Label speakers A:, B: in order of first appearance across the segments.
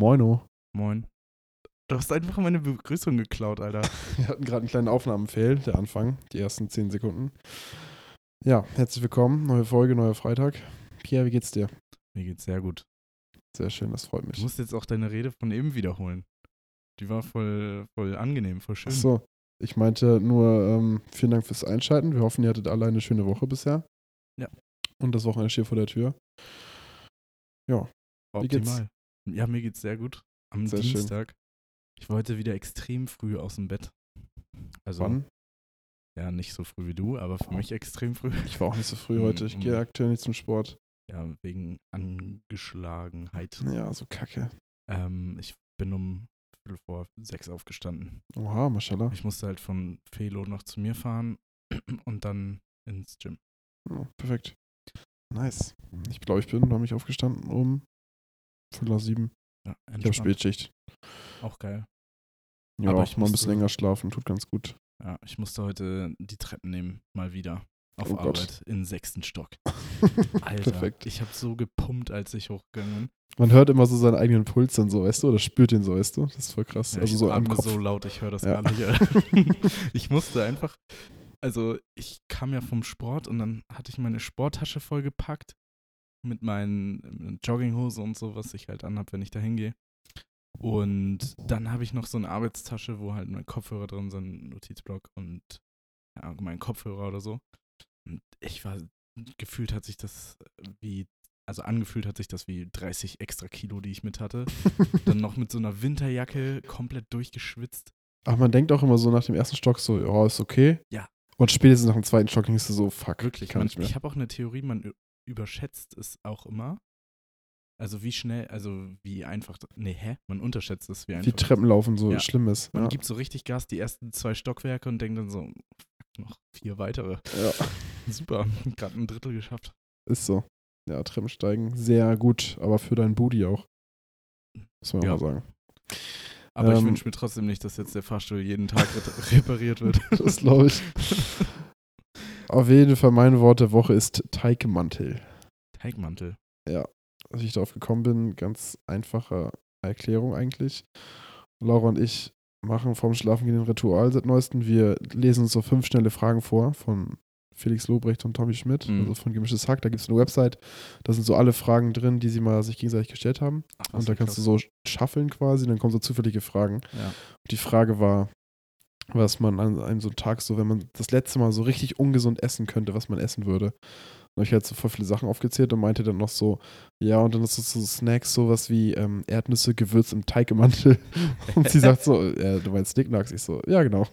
A: Moino.
B: Moin. Du hast einfach meine Begrüßung geklaut, Alter.
A: Wir hatten gerade einen kleinen Aufnahmenfail, der Anfang, die ersten zehn Sekunden. Ja, herzlich willkommen, neue Folge, neuer Freitag. Pierre, wie geht's dir?
B: Mir geht's sehr gut.
A: Sehr schön, das freut
B: Du
A: mich.
B: musst jetzt auch deine Rede von eben wiederholen. Die war voll, voll angenehm, voll schön.
A: Achso, ich meinte nur, ähm, vielen Dank fürs Einschalten. Wir hoffen, ihr hattet alle eine schöne Woche bisher.
B: Ja.
A: Und das Wochenende steht vor der Tür.
B: War
A: Wie geht's?
B: Optimal. Ja, mir geht's sehr gut. Am
A: Sehr schön.
B: Dienstag. Ich war heute wieder extrem früh aus dem Bett. Also,
A: Wann?
B: ja, nicht so früh wie du, aber für mich extrem früh.
A: Ich war auch nicht so früh heute. Ich
B: Mm,
A: gehe
B: mm.
A: aktuell nicht zum Sport.
B: Ja, wegen Angeschlagenheit.
A: Ja, so kacke.
B: Ähm, ich bin um Viertel vor sechs aufgestanden.
A: Oha, Maschallah.
B: Ich musste halt von Felo noch zu mir fahren und dann ins Gym.
A: Ja, Oh, perfekt. Nice. Ich glaube, ich bin, glaube ich, aufgestanden um Viertel nach sieben.
B: Ja,
A: Ich habe
B: entspannt.
A: Spätschicht.
B: Auch geil.
A: Ja,
B: Aber
A: Aber
B: ich
A: ich mal ein
B: musste-
A: bisschen länger schlafen, tut ganz gut.
B: Ja, ich musste heute die Treppen nehmen, mal wieder. Auf
A: Oh Gott.
B: Arbeit, in sechsten Stock. Alter,
A: Perfekt.
B: ich habe so gepumpt, als ich hochgegangen bin.
A: Man hört immer so seinen eigenen Puls dann so, weißt du, oder spürt den so, weißt du. Das ist voll krass.
B: Ja,
A: also
B: ich
A: so am
B: atme
A: Kopf.
B: so laut, ich höre das
A: Ja.
B: gar nicht. Alter. ich musste einfach, also ich kam ja vom Sport und dann hatte ich meine Sporttasche vollgepackt mit meinen äh, Jogginghose und so, was ich halt anhab, wenn ich da hingehe. Und dann habe ich noch so eine Arbeitstasche, wo halt mein Kopfhörer drin sind, Notizblock und ja, mein Kopfhörer oder so. Und ich war, gefühlt hat sich das wie, also angefühlt hat sich das wie 30 extra Kilo, die ich mit hatte. Dann noch mit so einer Winterjacke komplett durchgeschwitzt.
A: Aber man denkt auch immer so nach dem ersten Stock so, ja, ist okay.
B: Ja.
A: Und spätestens nach dem zweiten Stock denkst du so, fuck,
B: Wirklich,
A: kann
B: man,
A: nicht mehr.
B: ich habe auch eine Theorie, man ü- überschätzt es auch immer. Also wie schnell, also wie einfach, nee, hä? Man unterschätzt es, wie einfach.
A: Wie Treppen laufen so
B: Ja.
A: schlimm ist.
B: Man
A: Ja.
B: gibt so richtig Gas die ersten zwei Stockwerke und denkt dann so, fuck, noch vier weitere.
A: ja,
B: Super, gerade ein Drittel geschafft.
A: ist so. Ja, Treppen steigen, sehr gut, aber für deinen Booty auch. Muss man ja
B: Ja.
A: mal sagen.
B: Aber ich
A: Ähm.
B: wünsche mir trotzdem nicht, dass jetzt der Fahrstuhl jeden Tag re- repariert wird.
A: Das glaube ich. Auf jeden Fall, mein Wort der Woche ist Teigmantel.
B: Teigmantel.
A: als ich darauf gekommen bin, ganz einfache Erklärung eigentlich. Laura und ich machen vorm Schlafengehen ein Ritual seit neuestem. Wir lesen uns so fünf schnelle Fragen vor von Felix Lobrecht und Tommy Schmidt,
B: Mhm.
A: also von Gemischtes Hack. Da gibt es eine Website, da sind so alle Fragen drin, die sie mal sich gegenseitig gestellt haben.
B: Ach, was
A: und da
B: für
A: kannst du
B: krass.
A: so schaffeln quasi, dann kommen so zufällige Fragen.
B: Ja.
A: Die Frage war, was man an einem so Tag so, wenn man das letzte Mal so richtig ungesund essen könnte, was man essen würde. Und ich hatte so voll viele Sachen aufgezählt und meinte dann noch so, ja, und dann ist es so Snacks, sowas wie ähm, Erdnüsse, Gewürz im Teig im Mantel. Und sie sagt so, äh, du meinst Nicknacks? Ich so, ja, genau.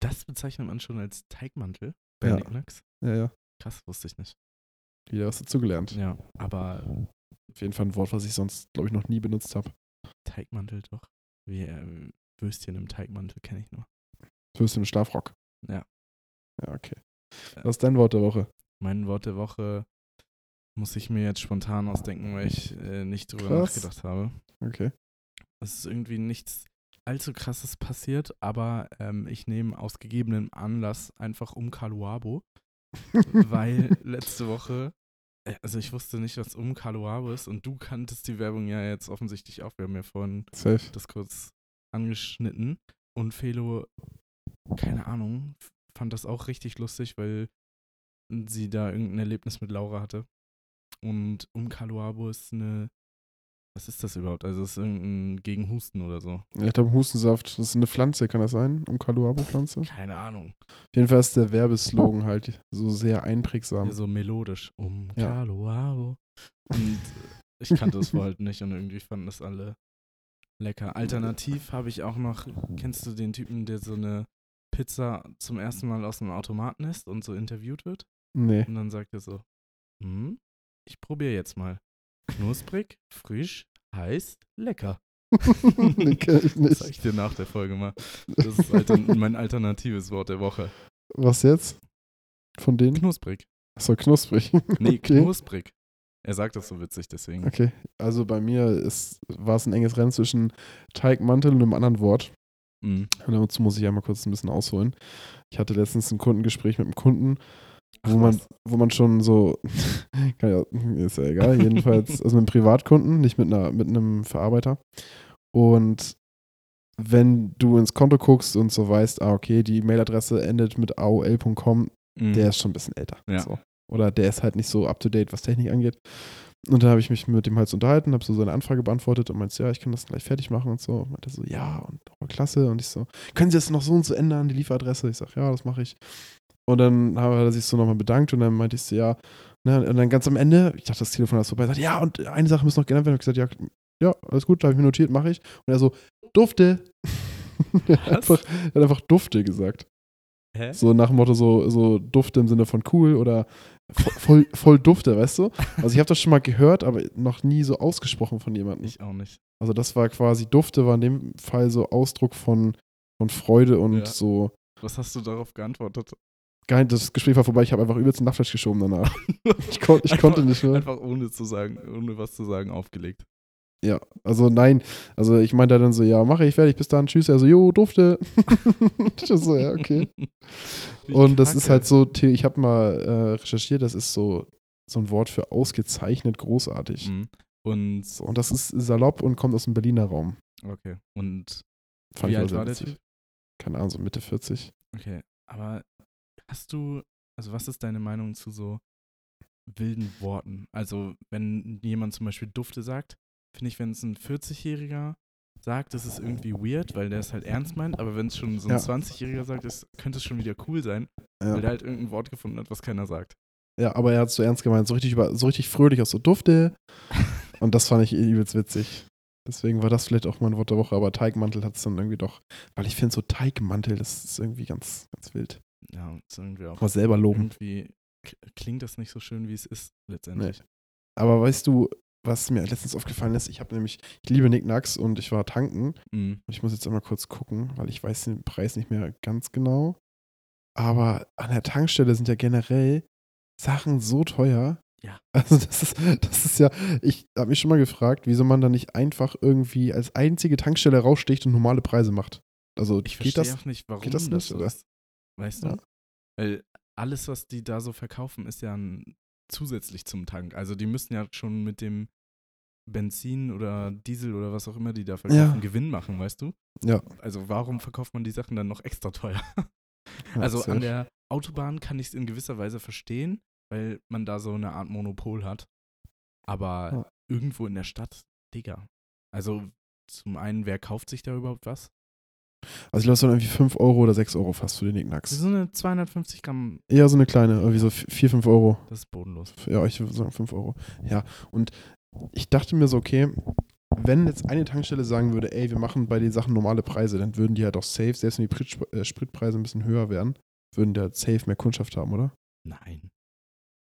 B: Das bezeichnet man schon als Teigmantel bei
A: ja,
B: Nicknacks.
A: ja, ja.
B: Krass, wusste ich nicht.
A: Wieder was dazugelernt.
B: Ja, aber
A: Auf jeden Fall ein Wort, was ich sonst, glaube ich, noch nie benutzt habe.
B: Teigmantel doch. Wie ähm, Würstchen im Teigmantel kenne ich nur.
A: Fürs im Schlafrock.
B: Ja.
A: Ja, okay.
B: Ja.
A: Was ist dein Wort der Woche?
B: Mein Wort der Woche muss ich mir jetzt spontan ausdenken, weil ich äh, nicht drüber
A: Krass.
B: nachgedacht habe.
A: Okay.
B: Es ist irgendwie nichts allzu krasses passiert, aber ähm, ich nehme aus gegebenem Anlass einfach um Kaluabo, weil letzte Woche, äh, also ich wusste nicht, was um Kaluabo ist und du kanntest die Werbung ja jetzt offensichtlich auch. Wir haben ja vorhin
A: Safe.
B: das kurz angeschnitten. Und Felo, keine Ahnung, f- fand das auch richtig lustig, weil sie da irgendein Erlebnis mit Laura hatte. Und um Kaluabo ist eine. Was ist das überhaupt? Also, es ist irgendein gegen Husten oder so.
A: Ja, Ich glaube, Hustensaft, das ist eine Pflanze, kann das sein? Um Kaluabo-Pflanze?
B: Keine Ahnung.
A: Auf jeden Fall ist der Werbeslogan halt so sehr einprägsam.
B: So melodisch. Um
A: Ja.
B: Kaluabo. Und ich kannte es wohl halt nicht und irgendwie fanden das alle lecker. Alternativ habe ich auch noch, kennst du den Typen, der so eine Pizza zum ersten Mal aus einem Automaten isst und so interviewt wird?
A: Nee.
B: Und dann sagt er so, hm, ich probiere jetzt mal. Knusprig, frisch, heiß, lecker.
A: nee, kenn ich
B: Das sag
A: nicht.
B: ich dir nach der Folge mal. Das ist halt alter mein alternatives Wort der Woche.
A: Was jetzt? Von denen?
B: Knusprig.
A: Achso, knusprig.
B: Nee,
A: okay.
B: knusprig. Er sagt das so witzig, deswegen.
A: Okay. Also bei mir ist- war es ein enges Rennen zwischen Teigmantel und einem anderen Wort.
B: Mhm.
A: Und dazu muss ich ja mal kurz ein bisschen ausholen. Ich hatte letztens ein Kundengespräch mit einem Kunden wo man, wo man schon so, kann ja, ist ja egal, jedenfalls, also mit einem Privatkunden, nicht mit, einer, mit einem Verarbeiter. Und wenn du ins Konto guckst und so weißt, ah, okay, die Mailadresse endet mit aol.com,
B: Mhm.
A: der ist schon ein bisschen älter.
B: Ja.
A: So. Oder der ist halt nicht so up to date, was Technik angeht. Und dann habe ich mich mit dem halt so unterhalten, habe so seine Anfrage beantwortet und meinte, ja, ich kann das gleich fertig machen und so. Und meinte so, ja, und oh, klasse. Und ich so, können Sie das noch so und so ändern, die Lieferadresse? Ich sage, ja, das mache ich. Und dann hat er sich so nochmal bedankt und dann meinte ich so, ja, ne, und dann ganz am Ende, ich dachte, das Telefon ist vorbei, sagt, ja, und eine Sache muss noch geändert werden. Und ich gesagt, ja, ja, alles gut, habe ich mir notiert, mache ich. Und er so, Dufte. er hat
B: Was?
A: einfach, er hat einfach Dufte gesagt.
B: Hä?
A: So nach dem Motto so, so Duft im Sinne von cool oder vo- voll, voll Dufte, weißt du? Also ich habe das schon mal gehört, aber noch nie so ausgesprochen von jemandem.
B: Ich auch nicht.
A: Also das war quasi Dufte war in dem Fall so Ausdruck von, von Freude und
B: Ja.
A: so.
B: Was hast du darauf geantwortet?
A: Geil, das Gespräch war vorbei, ich habe einfach übelst ein Nachtfleisch geschoben danach. Ich, kon ich konnte nicht mehr.
B: Einfach ohne zu sagen, ohne was zu sagen, aufgelegt.
A: Ja, also nein, also ich meinte dann so, ja, mache ich fertig, bis dann, tschüss. Er so, jo, Dufte. ich so, ja, okay.
B: Wie
A: Und das ist
B: kacke.
A: halt so, The- ich habe mal äh, recherchiert, das ist so, so ein Wort für ausgezeichnet großartig.
B: Mhm. Und
A: So, und das ist salopp und kommt aus dem Berliner Raum.
B: okay. Und
A: Fand ich
B: wie
A: aber
B: alt
A: sehr
B: war der
A: witzig.
B: Typ?
A: Keine Ahnung, so Mitte 40.
B: Okay. Aber hast du, also was ist deine Meinung zu so wilden Worten? Also wenn jemand zum Beispiel Dufte sagt, finde ich, wenn es ein 40-Jähriger sagt, das ist irgendwie weird, weil der es halt ernst meint, aber wenn es schon so ein
A: Ja.
B: 20-Jähriger sagt, ist, könnte es schon wieder cool sein, weil der
A: Ja.
B: halt irgendein Wort gefunden hat, was keiner sagt.
A: ja, aber er hat es so ernst gemeint, so richtig, über, so richtig fröhlich aus so Dufte. Und das fand ich eh übelst witzig. Deswegen war das vielleicht auch mein Wort der Woche, aber Teigmantel hat es dann irgendwie doch, weil ich finde so Teigmantel, das ist irgendwie ganz, ganz wild.
B: Ja, ist irgendwie auch
A: Mal selber loben.
B: irgendwie kl- klingt das nicht so schön, wie es ist letztendlich.
A: Aber weißt du, was mir letztens aufgefallen ist, ich habe nämlich, ich liebe Nicknacks und ich war tanken
B: Mhm.
A: Ich muss jetzt einmal kurz gucken, weil ich weiß den Preis nicht mehr ganz genau. Aber an der Tankstelle sind ja generell Sachen so teuer.
B: Ja.
A: Also das ist, das ist ja, ich habe mich schon mal gefragt, wieso man da nicht einfach irgendwie als einzige Tankstelle raussticht und normale Preise macht. Also
B: Ich
A: geht
B: verstehe
A: das?
B: auch nicht, warum
A: geht das nicht,
B: so
A: oder?
B: ist. Weißt du?
A: Ja.
B: Weil alles, was die da so verkaufen, ist ja ein, zusätzlich zum Tank. Also die müssen ja schon mit dem Benzin oder Diesel oder was auch immer die da verkaufen,
A: Ja.
B: Gewinn machen, weißt du?
A: Ja.
B: Also warum verkauft man die Sachen dann noch extra teuer?
A: Ja,
B: also
A: safe.
B: an der Autobahn kann ich es in gewisser Weise verstehen, weil man da so eine Art Monopol hat. Aber
A: Ja.
B: irgendwo in der Stadt, Digga. Also zum einen, wer kauft sich da überhaupt was?
A: Also ich glaube, es waren irgendwie 5 Euro oder 6 Euro fast für den
B: Das ist
A: Nicknacks.
B: so eine 250 Gramm,
A: Eher so eine kleine, irgendwie so 4, 5 Euro.
B: das ist bodenlos.
A: Ja, ich würde sagen 5 Euro. Ja, und ich dachte mir so, okay, wenn jetzt eine Tankstelle sagen würde, ey, wir machen bei den Sachen normale Preise, dann würden die halt auch safe, selbst wenn die Prit- äh, Spritpreise ein bisschen höher wären, würden die halt safe mehr Kundschaft haben, oder?
B: Nein.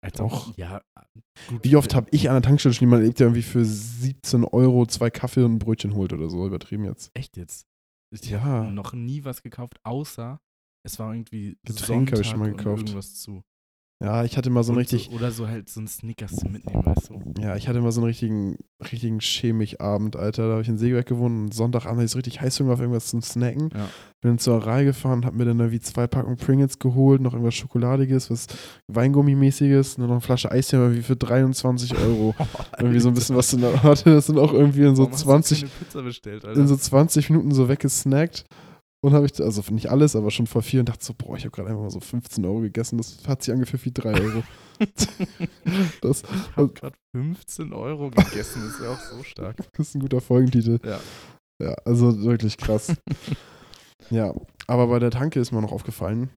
B: Als
A: Doch.
B: ob- Äh, Ja, äh, gut.
A: Wie oft habe ich an der Tankstelle schon jemanden erlebt, der irgendwie für 17 Euro zwei Kaffee und ein Brötchen holt oder so, übertrieben jetzt.
B: Echt jetzt? Ich
A: Ja.
B: habe noch nie was gekauft, außer es war irgendwie
A: Getränke habe ich schon mal
B: Sonntag und
A: gekauft.
B: irgendwas zu.
A: Ja, ich hatte mal so einen
B: Und
A: richtig,
B: oder so halt so ein Snickers zum mitnehmen, weißt du?
A: ja, ich hatte mal so einen richtigen, richtigen Chemikabend, Alter. Da habe ich in Segeberg gewohnt und Sonntagabend hatte ich so richtig Heißhunger auf irgendwas zum Snacken.
B: Ja.
A: Bin zur Aral gefahren, hab mir dann irgendwie zwei Packungen Pringles geholt, noch irgendwas Schokoladiges, was Weingummimäßiges, nur noch eine Flasche Eis hier irgendwie für 23 Euro. irgendwie so ein bisschen was in der Art. Das sind auch irgendwie in so
B: Warum hast du keine
A: 20,
B: Pizza bestellt, Alter?
A: in so 20 Minuten so weggesnackt. Und habe ich, also nicht alles, aber schon voll viel und dachte so, boah, ich habe gerade einfach mal so 15 Euro gegessen. Das hat sich angefühlt wie 3 Euro. das,
B: ich habe gerade 15 Euro gegessen, ist ja auch so stark.
A: das ist ein guter Folgentitel.
B: Ja.
A: Ja, also wirklich krass. Ja, aber bei der Tanke ist mir noch aufgefallen,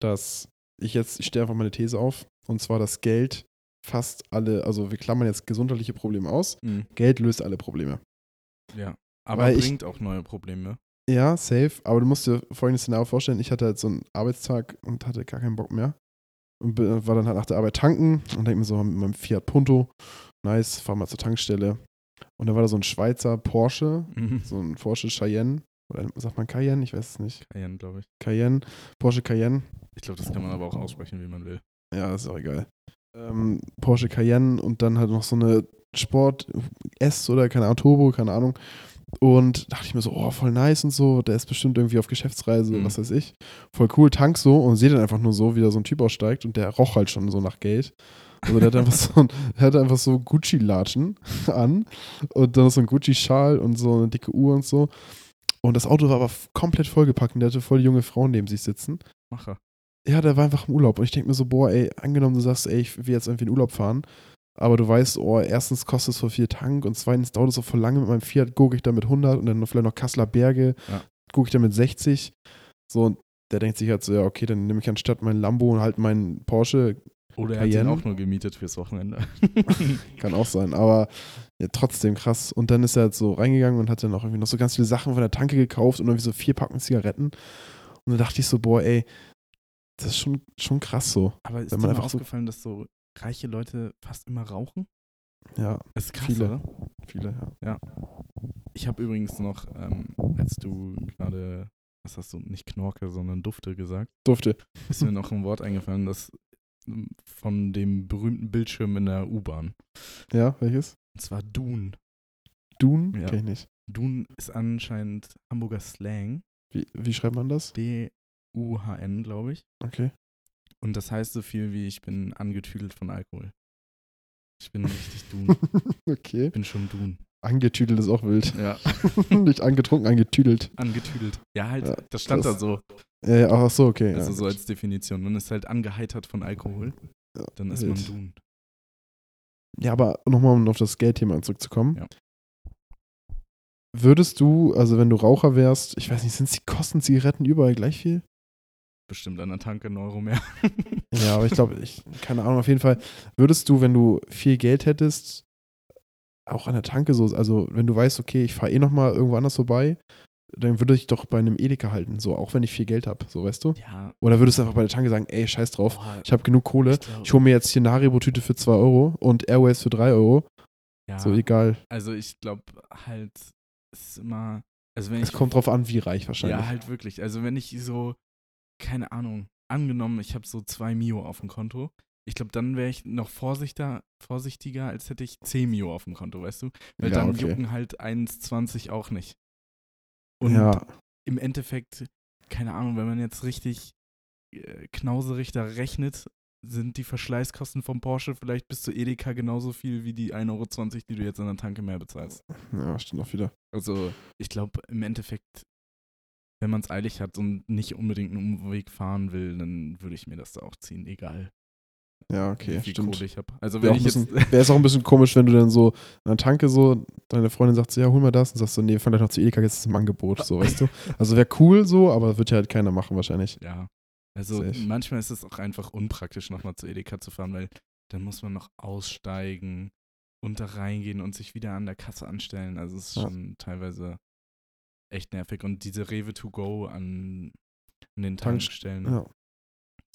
A: dass ich jetzt, ich stelle einfach meine These auf, und zwar, dass Geld fast alle, also wir klammern jetzt gesundheitliche Probleme aus,
B: Mhm.
A: Geld löst alle Probleme.
B: ja. Aber
A: Weil ich-
B: bringt auch neue Probleme.
A: Ja, safe, aber du musst dir folgendes Szenario vorstellen, ich hatte halt so einen Arbeitstag und hatte gar keinen Bock mehr und bin- war dann halt nach der Arbeit tanken und denke mir so mit meinem Fiat Punto, nice, fahr mal zur Tankstelle. Und dann war da so ein Schweizer Porsche,
B: Mhm.
A: so ein Porsche Cheyenne, oder sagt man Cayenne, ich weiß es nicht,
B: Cayenne, glaube ich.
A: Cayenne, Porsche Cayenne.
B: Ich glaube, das kann man aber auch aussprechen, wie man will.
A: Ja, ist auch egal. Ähm, Porsche Cayenne und dann halt noch so eine Sport S oder keine Ahnung, Turbo, keine Ahnung. Und dachte ich mir so, oh, voll nice und so, der ist bestimmt irgendwie auf Geschäftsreise,
B: Mhm.
A: was weiß ich. Voll cool, Tank so und sehe dann einfach nur so, wie da so ein Typ aussteigt und der roch halt schon so nach Geld. Also der hat einfach so, ein, der hat einfach so Gucci-Latschen an und dann so ein Gucci-Schal und so eine dicke Uhr und so. Und das Auto war aber f- komplett vollgepackt und der hatte voll junge Frauen neben sich sitzen.
B: Macher.
A: Ja, der war einfach im Urlaub. Und ich denke mir so, boah, ey, angenommen, du sagst, ey, ich will jetzt irgendwie in Urlaub fahren. Aber du weißt, oh, erstens kostet es voll viel Tank und zweitens dauert es auch voll lange. Mit meinem Fiat gucke ich dann mit 100 und dann vielleicht noch Kasseler Berge,
B: Ja.
A: gucke ich dann mit 60. So, und der denkt sich halt so, ja, okay, dann nehme ich anstatt meinen Lambo und halt meinen Porsche.
B: Oder er hat ihn
A: Cayenne?
B: auch nur gemietet fürs Wochenende.
A: Kann auch sein, aber ja, trotzdem krass. Und dann ist er halt so reingegangen und hat dann auch irgendwie noch so ganz viele Sachen von der Tanke gekauft und irgendwie so vier Packen Zigaretten. Und dann dachte ich so, boah, ey, das ist schon, schon krass so.
B: Aber ist dir
A: Wenn man
B: mal
A: einfach so-
B: aufgefallen, dass so reiche Leute fast immer rauchen?
A: Ja,
B: Das ist krass,
A: Viele.
B: oder?
A: viele, ja.
B: Ich habe übrigens noch, ähm, als du gerade, was hast du, nicht Knorke, sondern Dufte gesagt,
A: Durfte.
B: ist mir noch ein Wort eingefallen, das ähm, von dem berühmten Bildschirm in der U-Bahn.
A: Ja, welches?
B: Und zwar Dune.
A: Dune?
B: Ja.
A: Kenn ich nicht.
B: Dune ist anscheinend Hamburger Slang.
A: Wie, wie schreibt man das?
B: D-U-H-N, glaube ich.
A: Okay.
B: Und das heißt so viel wie ich bin angetüdelt von Alkohol. Ich bin richtig Dune.
A: okay.
B: Ich bin schon Dune.
A: Angetüdelt ist auch wild.
B: Ja.
A: nicht angetrunken, angetüdelt.
B: Angetüdelt. Ja, halt,
A: Ja,
B: das stand
A: das-
B: da so.
A: Äh, ach so, okay.
B: Also
A: ja,
B: so
A: gut.
B: als Definition. Man ist halt angeheitert von Alkohol.
A: Ja, halt.
B: Dann ist man
A: wild.
B: Dune.
A: ja, aber nochmal, um auf das Geldthema zurückzukommen.
B: Ja.
A: Würdest du, also wenn du Raucher wärst, ich weiß nicht, sind die Kosten Zigaretten überall gleich viel?
B: Bestimmt an der Tanke einen Euro mehr.
A: Ja, aber ich glaube, ich, keine Ahnung, auf jeden Fall, würdest du, wenn du viel Geld hättest, auch an der Tanke so, also wenn du weißt, okay, ich fahre eh nochmal irgendwo anders vorbei, dann würde ich doch bei einem Edeka halten, so, auch wenn ich viel Geld habe, so, weißt du?
B: Ja.
A: Oder würdest du einfach bei der Tanke sagen, ey, scheiß drauf,
B: Boah,
A: ich habe genug Kohle,
B: ich glaub-
A: ich hole mir jetzt hier eine Haribo-Tüte für 2 Euro und Airways für 3 Euro,
B: ja.
A: so, egal.
B: Also ich glaube halt, es ist immer, also wenn
A: Es
B: ich,
A: kommt drauf an, wie reich wahrscheinlich.
B: ja halt wirklich, also wenn ich so, keine Ahnung, angenommen, ich habe so zwei Mio auf dem Konto, ich glaube, dann wäre ich noch vorsichtiger, vorsichtiger, als hätte ich 10 Mio auf dem Konto, weißt du? Weil
A: Ja,
B: dann
A: okay.
B: jucken halt 1,20 auch nicht. Und
A: ja,
B: im Endeffekt, keine Ahnung, wenn man jetzt richtig äh, knauserig da rechnet, sind die Verschleißkosten vom Porsche vielleicht bis zu Edeka genauso viel wie die 1,20 Euro, die du jetzt an der Tanke mehr bezahlst.
A: ja, stimmt auch wieder.
B: Also ich glaube, im Endeffekt, wenn man es eilig hat und nicht unbedingt einen Umweg fahren will, dann würde ich mir das da auch ziehen, egal
A: Ja,
B: wie
A: okay,
B: viel
A: stimmt.
B: Kohle ich habe. Also
A: Wäre
B: wenn
A: auch,
B: ich
A: ein
B: jetzt,
A: bisschen- wär es auch ein bisschen komisch, wenn du dann so an der Tanke so, deine Freundin sagt so, ja, hol mal das und sagst so, nee, fahr gleich noch zu Edeka, jetzt ist es im Angebot, so, weißt du? Also wäre cool so, aber wird ja halt keiner machen wahrscheinlich.
B: ja, also
A: Safe.
B: manchmal ist es auch einfach unpraktisch, nochmal zu Edeka zu fahren, weil dann muss man noch aussteigen und da reingehen und sich wieder an der Kasse anstellen. Also es ist
A: Ja.
B: schon teilweise echt nervig. Und diese Rewe to go an, an den
A: Tankst-
B: Tankstellen,
A: Ja.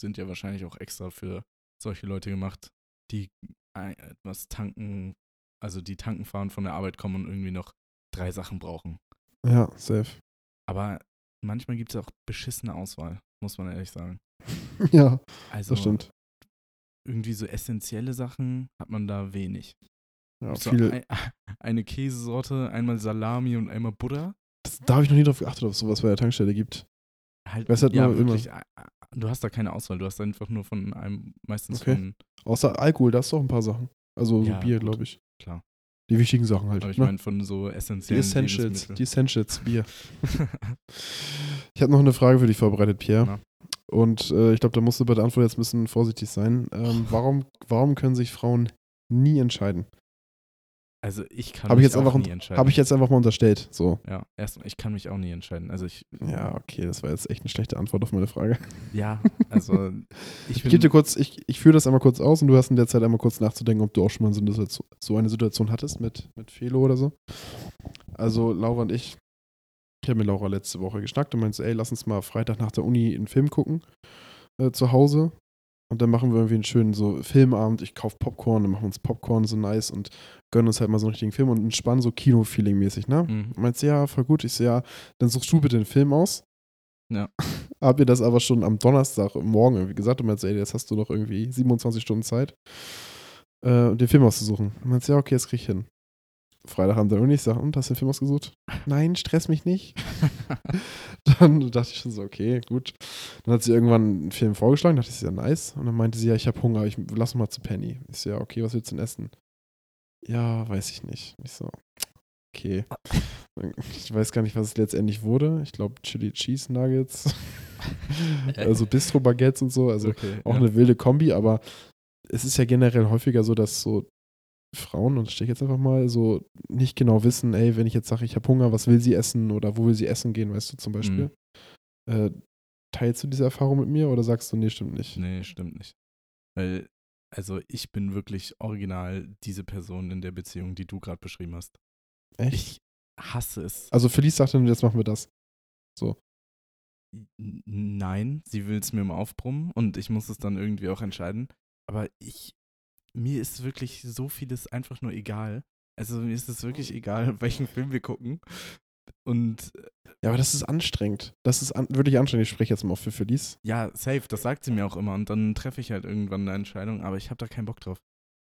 B: sind ja wahrscheinlich auch extra für solche Leute gemacht, die ein- etwas tanken, also die tanken fahren, von der Arbeit kommen und irgendwie noch drei Sachen brauchen.
A: ja, safe.
B: Aber manchmal gibt es auch beschissene Auswahl, muss man ehrlich sagen.
A: ja,
B: Also
A: das stimmt.
B: irgendwie so essentielle Sachen hat man da wenig.
A: Ja,
B: So
A: viele,
B: ein, eine Käsesorte, einmal Salami und einmal Butter.
A: das, da habe ich noch nie drauf geachtet, ob es sowas bei der Tankstelle gibt.
B: Halt,
A: Weißt du, hat
B: ja,
A: man immer-
B: wirklich, äh, du hast da keine Auswahl, du hast einfach nur von einem, meistens
A: Okay.
B: von,
A: Außer Alkohol, da ist doch ein paar Sachen. Also so
B: Ja,
A: Bier,
B: gut.
A: glaube ich.
B: Klar.
A: Die wichtigen Sachen halt.
B: aber ich
A: ne?
B: meine, von so
A: die
B: essentiellen
A: Essentials, die
B: Lebensmitteln.
A: Essentials, Bier. Ich habe noch eine Frage für dich vorbereitet, Pierre.
B: Na.
A: Und äh, ich glaube, da musst du bei der Antwort jetzt ein bisschen vorsichtig sein. Ähm, warum, warum können sich Frauen nie entscheiden?
B: Also ich kann
A: Hab ich
B: mich
A: jetzt
B: auch
A: einfach
B: nie
A: ein-
B: entscheiden.
A: Habe ich jetzt einfach mal unterstellt. So.
B: ja, erstmal, ich kann mich auch nie entscheiden. Also ich,
A: Ja, okay, das war jetzt echt eine schlechte Antwort auf meine Frage.
B: ja, also ich
A: Ich, geb dir
B: bin,
A: kurz, ich, ich führe das einmal kurz aus und du hast in der Zeit einmal kurz nachzudenken, ob du auch schon mal so eine Situation, so eine Situation hattest mit, mit Felo oder so. Also Laura und ich, ich habe mit Laura letzte Woche geschnackt und meinte, so, ey, lass uns mal Freitag nach der Uni einen Film gucken äh, zu Hause. Und dann machen wir irgendwie einen schönen so Filmabend. Ich kaufe Popcorn, dann machen wir uns Popcorn so nice und gönnen uns halt mal so einen richtigen Film und entspannen so Kino-Feeling-mäßig, ne?
B: Mhm.
A: Meinst du, ja, voll gut. Ich so, ja, dann suchst du bitte den Film aus.
B: Ja.
A: Hab ihr das aber schon am Donnerstag morgen irgendwie gesagt und meinst, ey, jetzt hast du noch irgendwie 27 Stunden Zeit, äh, den Film auszusuchen. Und meinst, ja, okay, das krieg ich hin. Freitagabend dann nicht sagen, und hast du den Film ausgesucht? Nein, stress mich nicht. dann dachte ich schon so, okay, gut. Dann hat sie irgendwann einen Film vorgeschlagen, dachte ich, ist ja nice. Und dann meinte sie, ja, ich habe Hunger, ich lass mal zu Penny. Ich so, ja, okay, was willst du denn essen? Ja, weiß ich nicht. Ich so, okay. Ich weiß gar nicht, was es letztendlich wurde. Ich glaube, Chili Cheese Nuggets. also Bistro Baguettes und so. Also
B: okay,
A: auch
B: ja.
A: eine wilde Kombi, aber es ist ja generell häufiger so, dass so Frauen, und das stehe ich jetzt einfach mal, so nicht genau wissen, ey, wenn ich jetzt sage, ich habe Hunger, was will sie essen oder wo will sie essen gehen, weißt du, zum Beispiel.
B: Mhm.
A: Äh, teilst du diese Erfahrung mit mir oder sagst du, nee, stimmt nicht?
B: Nee, stimmt nicht. Weil, also ich bin wirklich original diese Person in der Beziehung, die du gerade beschrieben hast.
A: Echt?
B: Ich hasse es.
A: Also Felice sagt dann, jetzt machen wir das.
B: N- Nein, sie will es mir immer aufbrummen und ich muss es dann irgendwie auch entscheiden. Aber ich, mir ist wirklich so vieles einfach nur egal. Also mir ist es wirklich egal, welchen Film wir gucken. Und äh,
A: Ja, aber das ist anstrengend. Das ist an wirklich anstrengend. Ich spreche jetzt mal auch für Felice.
B: ja, safe, das sagt sie mir auch immer. Und dann treffe ich halt irgendwann eine Entscheidung, aber ich habe da keinen Bock drauf.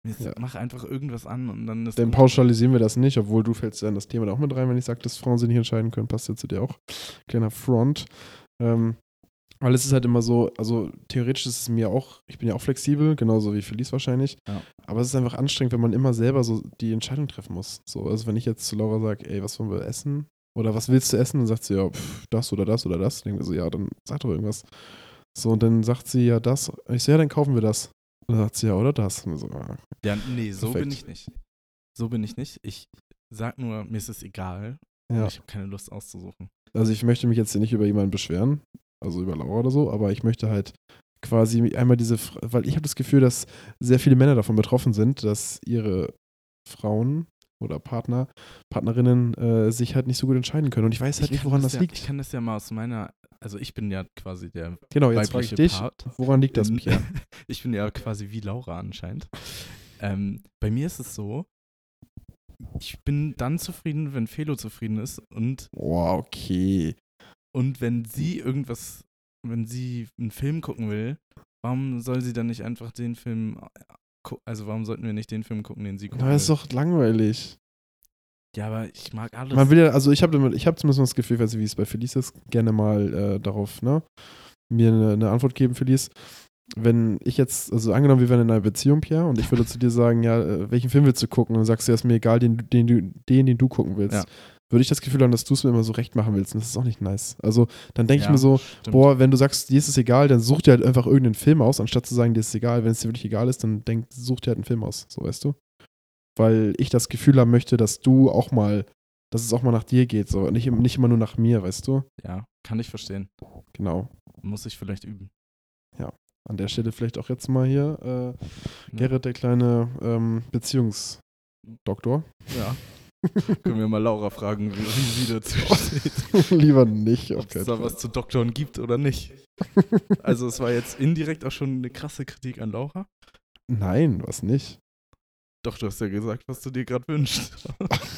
B: Mir ist,
A: Ja.
B: Mach einfach irgendwas an und dann ist.
A: Denn
B: gut.
A: pauschalisieren wir das nicht, obwohl du fällst ja in das Thema da auch mit rein, wenn ich sage, dass Frauen sich nicht entscheiden können, passt ja zu dir auch. Kleiner Front. Ähm, weil es ist halt immer so, also theoretisch ist es mir auch, ich bin ja auch flexibel, genauso wie Felice wahrscheinlich.
B: Ja.
A: Aber es ist einfach anstrengend, wenn man immer selber so die Entscheidung treffen muss. So, also wenn ich jetzt zu Laura sage, ey, was wollen wir essen? Oder was willst du essen? Dann sagt sie, ja, pff, das oder das oder das. Dann denken wir so, ja, dann sag doch irgendwas. So, und dann sagt sie ja das. Und ich so, ja, dann kaufen wir das. Und dann sagt sie ja, oder das. Und wir so, ah,
B: Ja, nee, so bin
A: Perfekt.
B: ich nicht. So bin ich nicht. Ich sag nur, mir ist es egal.
A: ja.
B: Ich habe keine Lust auszusuchen.
A: Also ich möchte mich jetzt hier nicht über jemanden beschweren, also über Laura oder so, aber ich möchte halt quasi einmal diese, Fra- weil ich habe das Gefühl, dass sehr viele Männer davon betroffen sind, dass ihre Frauen oder Partner, Partnerinnen äh, sich halt nicht so gut entscheiden können. Und ich weiß halt
B: ich
A: nicht,
B: kann
A: woran
B: das
A: das,
B: ja,
A: liegt.
B: Ich kann das ja mal aus meiner, also ich bin ja quasi der
A: genau, jetzt frage ich
B: weibliche
A: dich,
B: Part.
A: woran liegt das,
B: Ähm,
A: Pierre?
B: ich bin ja quasi wie Laura anscheinend. Ähm, bei mir ist es so, ich bin dann zufrieden, wenn Felo zufrieden ist und,
A: Boah, okay.
B: und wenn sie irgendwas, wenn sie einen Film gucken will, warum soll sie dann nicht einfach den Film, gu- also warum sollten wir nicht den Film gucken, den sie gucken
A: Na,
B: will?
A: ist doch langweilig.
B: Ja, aber ich mag alles.
A: Man will ja, also ich habe ich hab zumindest das Gefühl, ich weiß nicht, wie es bei Felice ist, gerne mal äh, darauf, ne, mir eine, eine Antwort geben, Felice. Wenn ich jetzt, also angenommen, wir wären in einer Beziehung, Pierre, und ich würde zu dir sagen, ja, äh, welchen Film willst du gucken? Und dann sagst du, ja, ist mir egal, den, du- den, du- den, den du gucken willst.
B: Ja.
A: Würde ich das Gefühl haben, dass du es mir immer so recht machen willst. Und das ist auch nicht nice. Also dann denke ich
B: Ja,
A: mir so,
B: stimmt.
A: boah, wenn du sagst, dir ist es egal, dann such dir halt einfach irgendeinen Film aus, anstatt zu sagen, dir ist es egal. Wenn es dir wirklich egal ist, dann denk, such dir halt einen Film aus, so weißt du. Weil ich das Gefühl haben möchte, dass du auch mal, dass es auch mal nach dir geht, so. Nicht, im- nicht immer nur nach mir, weißt du.
B: Ja, kann ich verstehen.
A: Genau.
B: Muss ich vielleicht üben. ne?
A: An der Stelle vielleicht auch jetzt mal hier äh, Gerrit, der kleine ähm, Beziehungsdoktor.
B: Ja. Können wir mal Laura fragen, wie, wie sie dazu steht.
A: Lieber nicht. oh auf
B: Ob es
A: keinen
B: da
A: Fall.
B: was zu Doktoren gibt oder nicht. Also es war jetzt indirekt auch schon eine krasse Kritik an Laura.
A: Nein, was nicht.
B: Doch, du hast ja gesagt, was du dir gerade wünschst.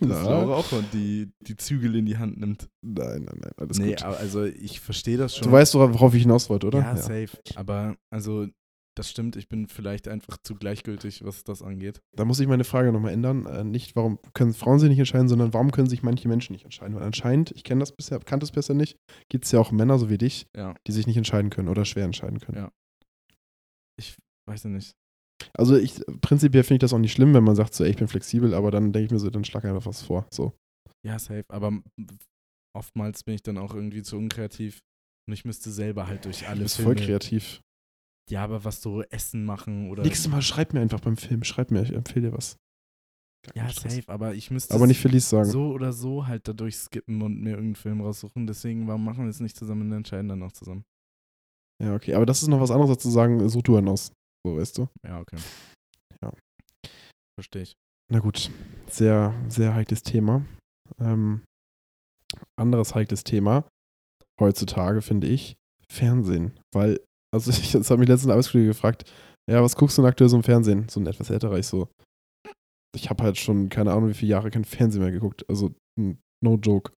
A: Na?
B: Dass Laura auch mal die, die Zügel in die Hand nimmt.
A: Nein, nein, nein, alles
B: nee,
A: gut.
B: aber also ich verstehe das schon.
A: Du weißt, wora- worauf ich hinaus wollte, oder?
B: Ja, safe. Aber also das stimmt, ich bin vielleicht einfach zu gleichgültig, was das angeht.
A: Da muss ich meine Frage nochmal ändern. Äh, nicht, warum können Frauen sich nicht entscheiden, sondern warum können sich manche Menschen nicht entscheiden? Weil anscheinend, ich kenne das bisher, kannte es bisher nicht, gibt es ja auch Männer, so wie dich,
B: Ja,
A: die sich nicht entscheiden können oder schwer entscheiden können.
B: Ja. weiß ich nicht.
A: Also ich, prinzipiell finde ich das auch nicht schlimm, wenn man sagt, so, ey, ich bin flexibel, aber dann denke ich mir so, dann schlag einfach was vor. So.
B: Ja, safe. Aber m- oftmals bin ich dann auch irgendwie zu unkreativ und ich müsste selber halt durch
A: Du
B: alle
A: bist voll
B: Filme.
A: kreativ.
B: Ja, aber was so Essen machen oder.
A: Nächstes Mal schreib mir einfach beim Film, schreib mir, ich empfehle dir was. Gar
B: Ja,
A: kein Stress.
B: safe. Aber ich müsste
A: Aber nicht Felice sagen.
B: so oder so halt dadurch skippen und mir irgendeinen Film raussuchen. Deswegen, warum machen wir es nicht zusammen und entscheiden dann auch zusammen?
A: Ja, okay. Aber das ist noch was anderes, als zu sagen, such du einen aus. So, weißt du?
B: Ja, okay.
A: Ja.
B: Verstehe ich.
A: Na gut, sehr, sehr heikles Thema. Ähm, anderes heikles Thema heutzutage, finde ich, Fernsehen. Weil, also ich, das hat mich letztens ein Arbeitskollege gefragt, ja, was guckst du denn aktuell so im Fernsehen? So ein etwas älterer, ich so, ich habe halt schon, keine Ahnung, wie viele Jahre kein Fernsehen mehr geguckt. Also, n- no joke.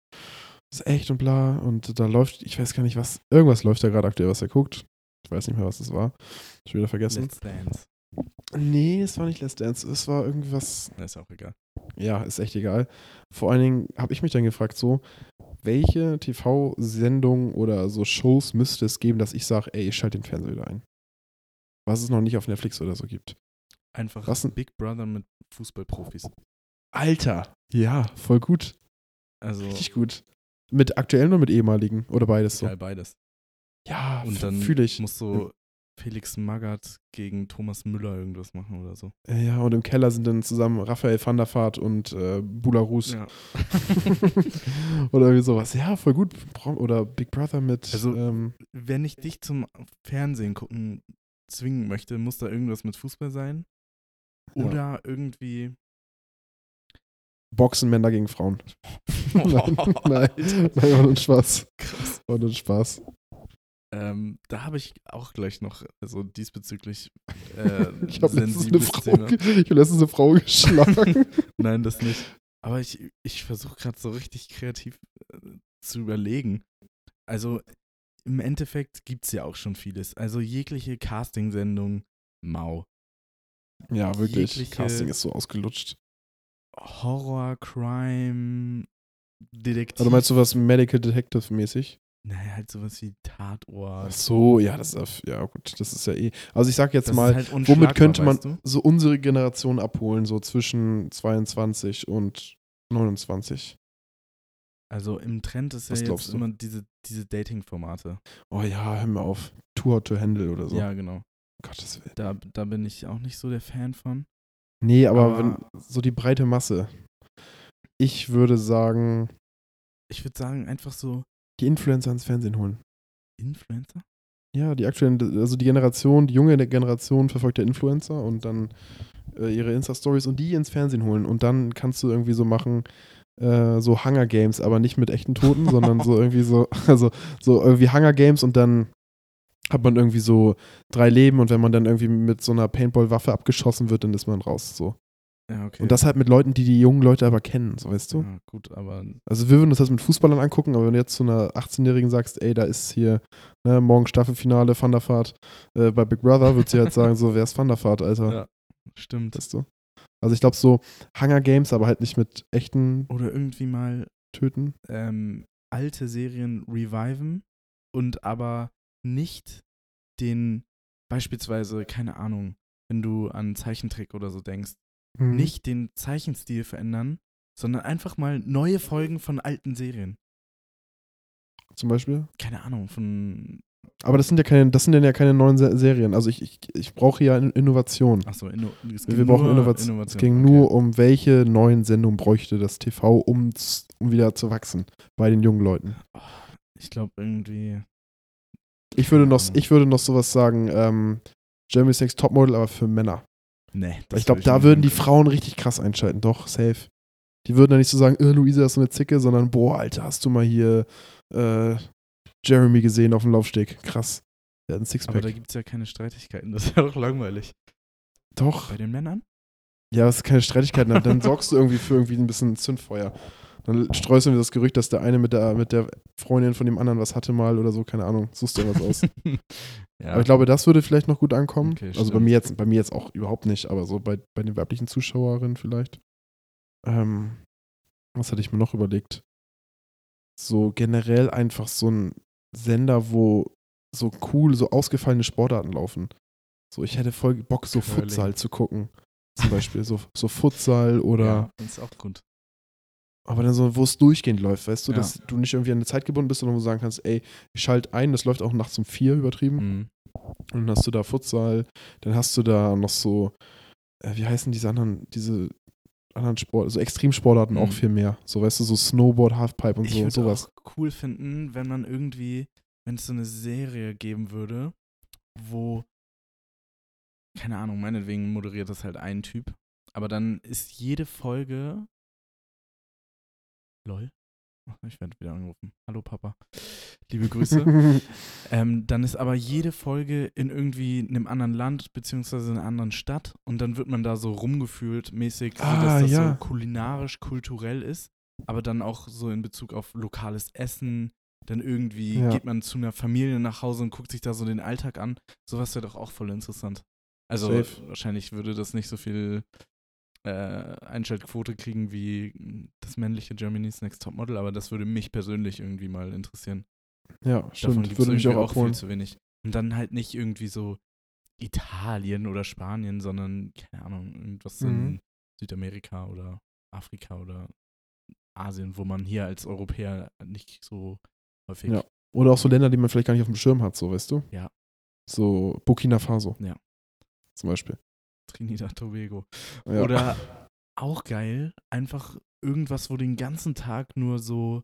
A: Das ist echt und bla. Und da läuft, ich weiß gar nicht, was, irgendwas läuft da gerade aktuell, was er guckt. Ich weiß nicht mehr, was es war. Schon wieder vergessen.
B: Let's Dance.
A: Nee, es war nicht Last Dance. Es war irgendwas.
B: Na, Ist auch egal.
A: Ja, ist echt egal. Vor allen Dingen habe ich mich dann gefragt, so, welche TV-Sendungen oder so Shows müsste es geben, dass ich sage, ey, ich schalte den Fernseher wieder ein? Was es noch nicht auf Netflix oder so gibt.
B: Einfach
A: Was denn?
B: Big Brother mit Fußballprofis.
A: Alter! Ja, voll gut.
B: Also
A: Richtig gut. Mit aktuellen und mit ehemaligen oder beides so.
B: geil beides.
A: Ja,
B: Und dann
A: fühle ich.
B: muss so Felix Magath gegen Thomas Müller irgendwas machen oder so.
A: Ja, und im Keller sind dann zusammen Raphael van der Vaart und äh, Bularus.
B: Ja.
A: oder irgendwie sowas. Ja, voll gut. Bra- Oder Big Brother mit.
B: Also-
A: ähm,
B: Wenn ich dich zum Fernsehen gucken zwingen möchte, muss da irgendwas mit Fußball sein.
A: Ja.
B: Oder irgendwie.
A: Boxen Männer gegen Frauen. nein, nein, nein, war nur ein Spaß.
B: Krass.
A: War nur ein Spaß.
B: Ähm, da habe ich auch gleich noch, also diesbezüglich äh,
A: ich habe letztens, eine
B: sensibles
A: Frau
B: Thema.
A: ge- ich hab letztens eine Frau geschlagen.
B: Nein, das nicht. Aber ich, ich versuche gerade so richtig kreativ äh, zu überlegen. Also im Endeffekt gibt es ja auch schon vieles. Also jegliche Castingsendung, mau.
A: ja, wirklich.
B: Jegliche-
A: Casting ist so ausgelutscht.
B: Horror, Crime, Detektiv.
A: Also meinst du was Medical Detective mäßig?
B: Naja, halt sowas wie Tatort.
A: Ach so, ja, das ist ja ja gut, das ist ja eh. Also ich sag jetzt
B: Das ist
A: mal,
B: halt unschlagbar,
A: womit könnte man
B: weißt du?
A: so unsere Generation abholen, so zwischen 22 und 29?
B: Also im Trend ist ja
A: Was glaubst
B: jetzt
A: du?
B: immer diese, diese Dating-Formate.
A: Oh ja, hör mir auf. Too hot to handle oder so. Um
B: Ja, genau.
A: Gottes Willen.
B: Da, da bin ich auch nicht so der Fan von.
A: Nee, aber,
B: Aber-
A: wenn, so die breite Masse. Ich würde sagen,
B: Ich würde sagen, einfach so
A: die Influencer ins Fernsehen holen.
B: Influencer?
A: Ja, die aktuellen, also die Generation, die junge Generation verfolgt der Influencer und dann äh, ihre Insta-Stories und die ins Fernsehen holen. Und dann kannst du irgendwie so machen, äh, so Hunger Games, aber nicht mit echten Toten, sondern so irgendwie so, also so irgendwie Hunger Games und dann hat man irgendwie so drei Leben und wenn man dann irgendwie mit so einer Paintball-Waffe abgeschossen wird, dann ist man raus. So.
B: Ja, okay.
A: Und das halt mit Leuten, die die jungen Leute aber kennen, so weißt du?
B: Ja, gut, aber
A: Also wir würden uns das mit Fußballern angucken, aber wenn du jetzt zu einer 18-Jährigen sagst, ey, da ist hier ne, morgen Staffelfinale Van der Vaart äh, bei Big Brother, wird sie halt sagen, so, wer ist Van der Vaart, Alter?
B: Ja. stimmt.
A: Weißt du? Also ich glaube so Hunger Games, aber halt nicht mit echten
B: Oder irgendwie mal
A: Töten.
B: ähm, alte Serien reviven und aber nicht den, beispielsweise, keine Ahnung, wenn du an Zeichentrick oder so denkst,
A: Mhm.
B: nicht den Zeichenstil verändern, sondern einfach mal neue Folgen von alten Serien.
A: Zum Beispiel.
B: Keine Ahnung, von,
A: Aber das sind ja keine, das sind dann ja keine neuen Se Serien. Also ich, ich, ich brauche ja In- Innovation.
B: achso, Inno, es
A: Wir
B: ging
A: brauchen
B: nur
A: Innovation. Es ging nur um welche neuen Sendungen bräuchte das TV, um, z- um wieder zu wachsen bei den jungen Leuten.
B: Ich glaube irgendwie,
A: Ich würde, noch,
B: Ahnung.
A: ich würde noch sowas sagen, ähm, Jeremy's Next Topmodel, aber für Männer.
B: nee.
A: Weil
B: ne, das
A: ich glaube,
B: würd
A: da
B: nicht
A: würden die
B: hinkriegen.
A: Frauen richtig krass einschalten. Doch, safe. Die würden dann nicht so sagen, äh, Luisa ist so eine Zicke, sondern, boah, Alter, hast du mal hier äh, Jeremy gesehen auf dem Laufsteg. Krass. Der hat ein
B: Aber da
A: Sixpack.
B: gibt es ja keine Streitigkeiten, das wäre doch langweilig.
A: Doch.
B: Bei den Männern?
A: Ja, das ist keine Streitigkeiten. Dann, dann sorgst du irgendwie für irgendwie ein bisschen Zündfeuer. Dann streust du irgendwie das Gerücht, dass der eine mit der, mit der Freundin von dem anderen was hatte mal oder so, keine Ahnung. Suchst du irgendwas aus.
B: ja.
A: Aber ich glaube, das würde vielleicht noch gut ankommen.
B: Okay,
A: also bei
B: stimmt.
A: mir, jetzt, bei mir jetzt auch überhaupt nicht, aber so bei, bei den weiblichen Zuschauerinnen vielleicht. Ähm, was hatte ich mir noch überlegt? So generell einfach so ein Sender, wo so cool, so ausgefallene Sportarten laufen. So, ich hätte voll Bock, so
B: Curling.
A: Futsal zu gucken. Zum Beispiel so, so Futsal oder,
B: Ja, das ist auch gut.
A: aber dann so, wo es durchgehend läuft, weißt du,
B: Ja.
A: dass du nicht irgendwie an eine Zeit gebunden bist, sondern wo du sagen kannst, ey, ich schalte ein, das läuft auch nachts um vier übertrieben.
B: Mhm.
A: Und dann hast du da Futsal, dann hast du da noch so, äh, wie heißen diese anderen, diese anderen Sport, so Extremsportarten
B: Mhm.
A: auch viel mehr. So, weißt du, so Snowboard, Halfpipe und
B: Ich
A: so
B: würde
A: und sowas.
B: auch cool finden, wenn man irgendwie, wenn es so eine Serie geben würde, wo, keine Ahnung, meinetwegen moderiert das halt ein Typ, aber dann ist jede Folge. Lol. Ach, Ich werde wieder angerufen. Hallo Papa. Liebe Grüße. ähm, dann ist aber jede Folge in irgendwie einem anderen Land beziehungsweise in einer anderen Stadt und dann wird man da so rumgefühlt mäßig,
A: Ah,
B: sodass das
A: ja.
B: so kulinarisch, kulturell ist aber dann auch so in Bezug auf lokales Essen. Dann irgendwie
A: Ja.
B: geht man zu einer Familie nach Hause und guckt sich da so den Alltag an. Sowas wäre doch auch voll interessant. Also
A: Safe.
B: wahrscheinlich würde das nicht so viel äh, Einschaltquote kriegen wie das männliche Germany's Next Topmodel, aber das würde mich persönlich irgendwie mal interessieren.
A: Ja,
B: Davon
A: stimmt.
B: gibt's
A: Würde mich auch
B: irgendwie viel
A: abholen.
B: zu wenig. Und dann halt nicht irgendwie so Italien oder Spanien, sondern, keine Ahnung, irgendwas in
A: Mhm.
B: Südamerika oder Afrika oder Asien, wo man hier als Europäer nicht so häufig.
A: Ja. Oder auch so Länder, die man vielleicht gar nicht auf dem Schirm hat, so, weißt du?
B: Ja.
A: So Burkina Faso.
B: Ja.
A: Zum Beispiel.
B: Trinidad Tobago.
A: Ja.
B: Oder auch geil, einfach irgendwas, wo den ganzen Tag nur so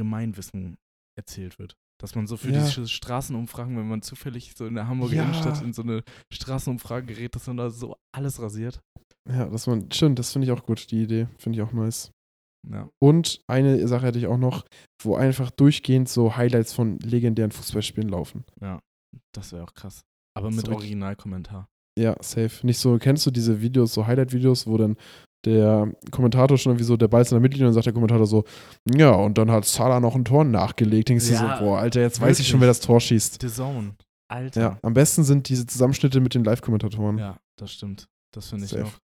B: Allgemeinwissen erzählt wird. Dass man so für
A: Ja.
B: diese Straßenumfragen, wenn man zufällig so in der Hamburger
A: Ja.
B: Innenstadt in so eine Straßenumfrage gerät, dass man da so alles rasiert.
A: Ja, das war stimmt, das finde ich auch gut, die Idee. Finde ich auch nice.
B: Ja.
A: Und eine Sache hätte ich auch noch, wo einfach durchgehend so Highlights von legendären Fußballspielen laufen.
B: Das wäre auch krass. Aber
A: So
B: mit
A: richtig-
B: Originalkommentar.
A: Ja, safe. Nicht so, kennst du diese Videos, so Highlight-Videos, wo dann der Kommentator schon irgendwie so, der Ball ist in der Mittellinie und dann sagt der Kommentator so, ja, und dann hat Salah noch ein Tor nachgelegt. Denkst du
B: Ja,
A: so, boah, Alter, jetzt weiß ich schon, wer das Tor schießt.
B: The Zone.
A: Ja,
B: Alter. Mhm.
A: am besten sind diese Zusammenschnitte mit den Live-Kommentatoren.
B: Ja, das stimmt. Das finde ich
A: Safe.
B: noch.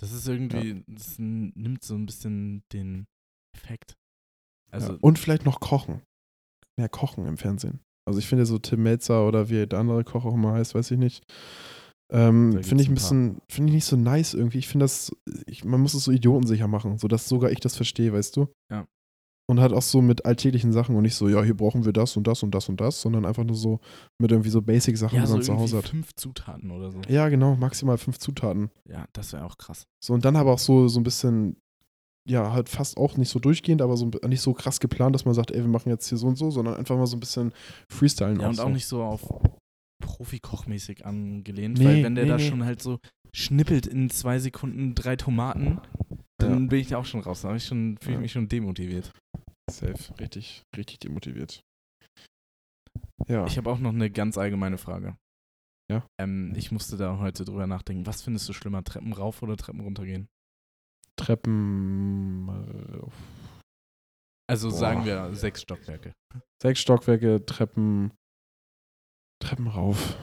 B: Das ist irgendwie, das n- nimmt so ein bisschen den Effekt. Also,
A: ja. Und vielleicht noch kochen. Mehr kochen im Fernsehen. Also ich finde so Tim Melzer oder wie der andere Koch auch immer heißt, weiß ich nicht.
B: Da
A: Ähm,
B: gibt's
A: finde ich
B: ein
A: ein
B: paar.
A: bisschen, finde ich nicht so nice irgendwie. Ich finde das, ich, man muss es so idiotensicher machen, sodass sogar ich das verstehe, weißt du?
B: Ja.
A: Und halt auch so mit alltäglichen Sachen und nicht so, ja, hier brauchen wir das und das und das und das, sondern einfach nur so mit irgendwie so Basic-Sachen,
B: ja,
A: die
B: so
A: man zu Hause
B: irgendwie
A: hat.
B: fünf Zutaten oder so.
A: Ja, genau, maximal fünf Zutaten.
B: Ja, das wäre auch krass.
A: So, und dann aber auch so, so ein bisschen, ja, halt fast auch nicht so durchgehend, aber so ein- nicht so krass geplant, dass man sagt, ey, wir machen jetzt hier so und so, sondern einfach mal so ein bisschen freestylen.
B: Ja, und
A: so.
B: auch nicht so auf Profikochmäßig angelehnt,
A: Nee,
B: weil wenn der
A: nee,
B: da
A: nee.
B: schon halt so schnippelt in zwei Sekunden drei Tomaten, dann bin ich da auch schon raus. Da hab ich schon- fühle ich
A: Ja.
B: mich schon demotiviert.
A: Safe, richtig, richtig demotiviert. Ja,
B: Ich habe auch noch eine ganz allgemeine Frage.
A: Ja. Mhm.
B: Ähm, ich musste da heute drüber nachdenken. Was findest du schlimmer, Treppen rauf oder Treppen runtergehen?
A: Treppen, äh,
B: Also
A: Boah.
B: sagen wir sechs Stockwerke.
A: sechs Stockwerke, Treppen, Treppen rauf.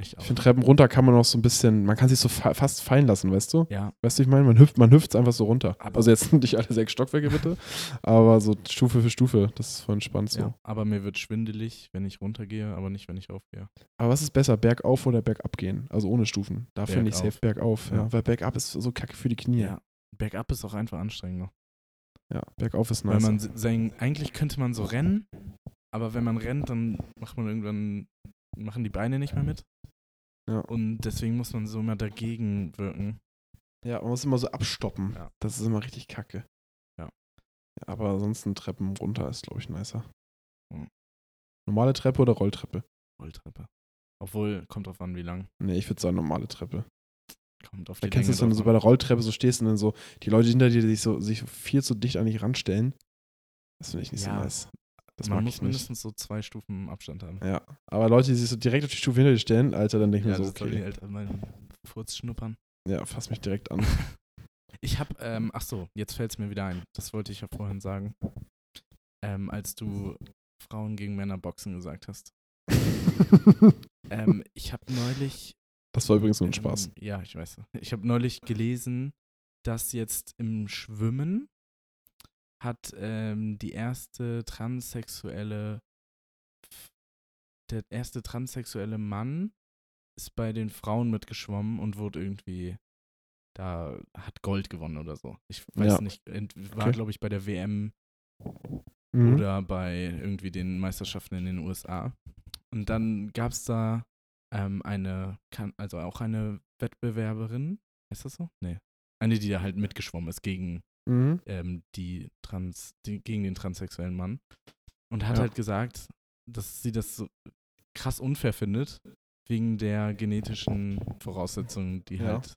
B: Ich auch.
A: Ich finde, Treppen runter kann man auch so ein bisschen, man kann sich so fa fast fallen lassen, weißt du?
B: ja,
A: Weißt du, ich meine, man hüpft man hüpft's einfach so runter.
B: Aber-
A: also jetzt nicht alle sechs Stockwerke bitte, aber so Stufe für Stufe, das ist voll entspannt so.
B: ja, aber mir wird schwindelig, wenn ich runtergehe, aber nicht, wenn ich raufgehe.
A: Aber was ist besser, bergauf oder bergab gehen? Also ohne Stufen. Da finde ich safe bergauf, ja.
B: Ja.
A: Weil bergab ist so kacke für die Knie. Ja,
B: Bergab ist auch einfach anstrengender.
A: bergauf ist
B: Weil
A: nice.
B: man se- sein, eigentlich könnte man so rennen, aber wenn man rennt, dann macht man irgendwann, machen die Beine nicht mehr mit.
A: Ja.
B: Und deswegen muss man so immer dagegen wirken.
A: ja, man muss immer so abstoppen.
B: Ja.
A: Das ist immer richtig kacke.
B: Ja.
A: Aber ansonsten Treppen runter ist, glaube ich, nicer.
B: Mhm.
A: Normale Treppe oder Rolltreppe?
B: Rolltreppe. Obwohl, kommt drauf an, wie lang.
A: Nee, ich würde sagen normale Treppe.
B: Kommt auf
A: Da
B: die
A: kennst du
B: Länge
A: es, wenn du so bei
B: drauf an.
A: der Rolltreppe so stehst und dann so die Leute hinter dir die sich so sich viel zu dicht an dich ranstellen. Das finde ich nicht
B: Ja.
A: so nice. Das
B: Man
A: mag
B: muss
A: ich nicht.
B: mindestens so zwei Stufen Abstand haben.
A: Ja. Aber Leute, die sich so direkt auf die Stufe hinter dir stellen, Alter, dann denke ich
B: Ja,
A: mir
B: das
A: so,
B: okay. die
A: okay.
B: Eltern mal Furz schnuppern.
A: Ja, fass mich direkt an.
B: Ich hab, ähm, ach so, jetzt fällt es mir wieder ein. Das wollte ich ja vorhin sagen. Ähm, als du Frauen gegen Männer boxen gesagt hast. Ähm, ich habe neulich
A: Das war übrigens nur ein Spaß.
B: Ähm, ja, ich weiß. Ich habe neulich gelesen, dass jetzt im Schwimmen hat ähm, die erste transsexuelle, der erste transsexuelle Mann ist bei den Frauen mitgeschwommen und wurde irgendwie da hat Gold gewonnen oder so. Ich weiß
A: Ja.
B: nicht, ent- war
A: Okay.
B: glaube ich bei der WM
A: Mhm.
B: oder bei irgendwie den Meisterschaften in den USA. Und dann gab es da ähm, eine, kan- also auch eine Wettbewerberin, ist das so? Nee. Eine, die da halt mitgeschwommen ist gegen
A: Mhm.
B: ähm, die Trans, die, gegen den transsexuellen Mann. Und hat
A: Ja.
B: halt gesagt, dass sie das so krass unfair findet, wegen der genetischen Voraussetzungen, die
A: Ja.
B: halt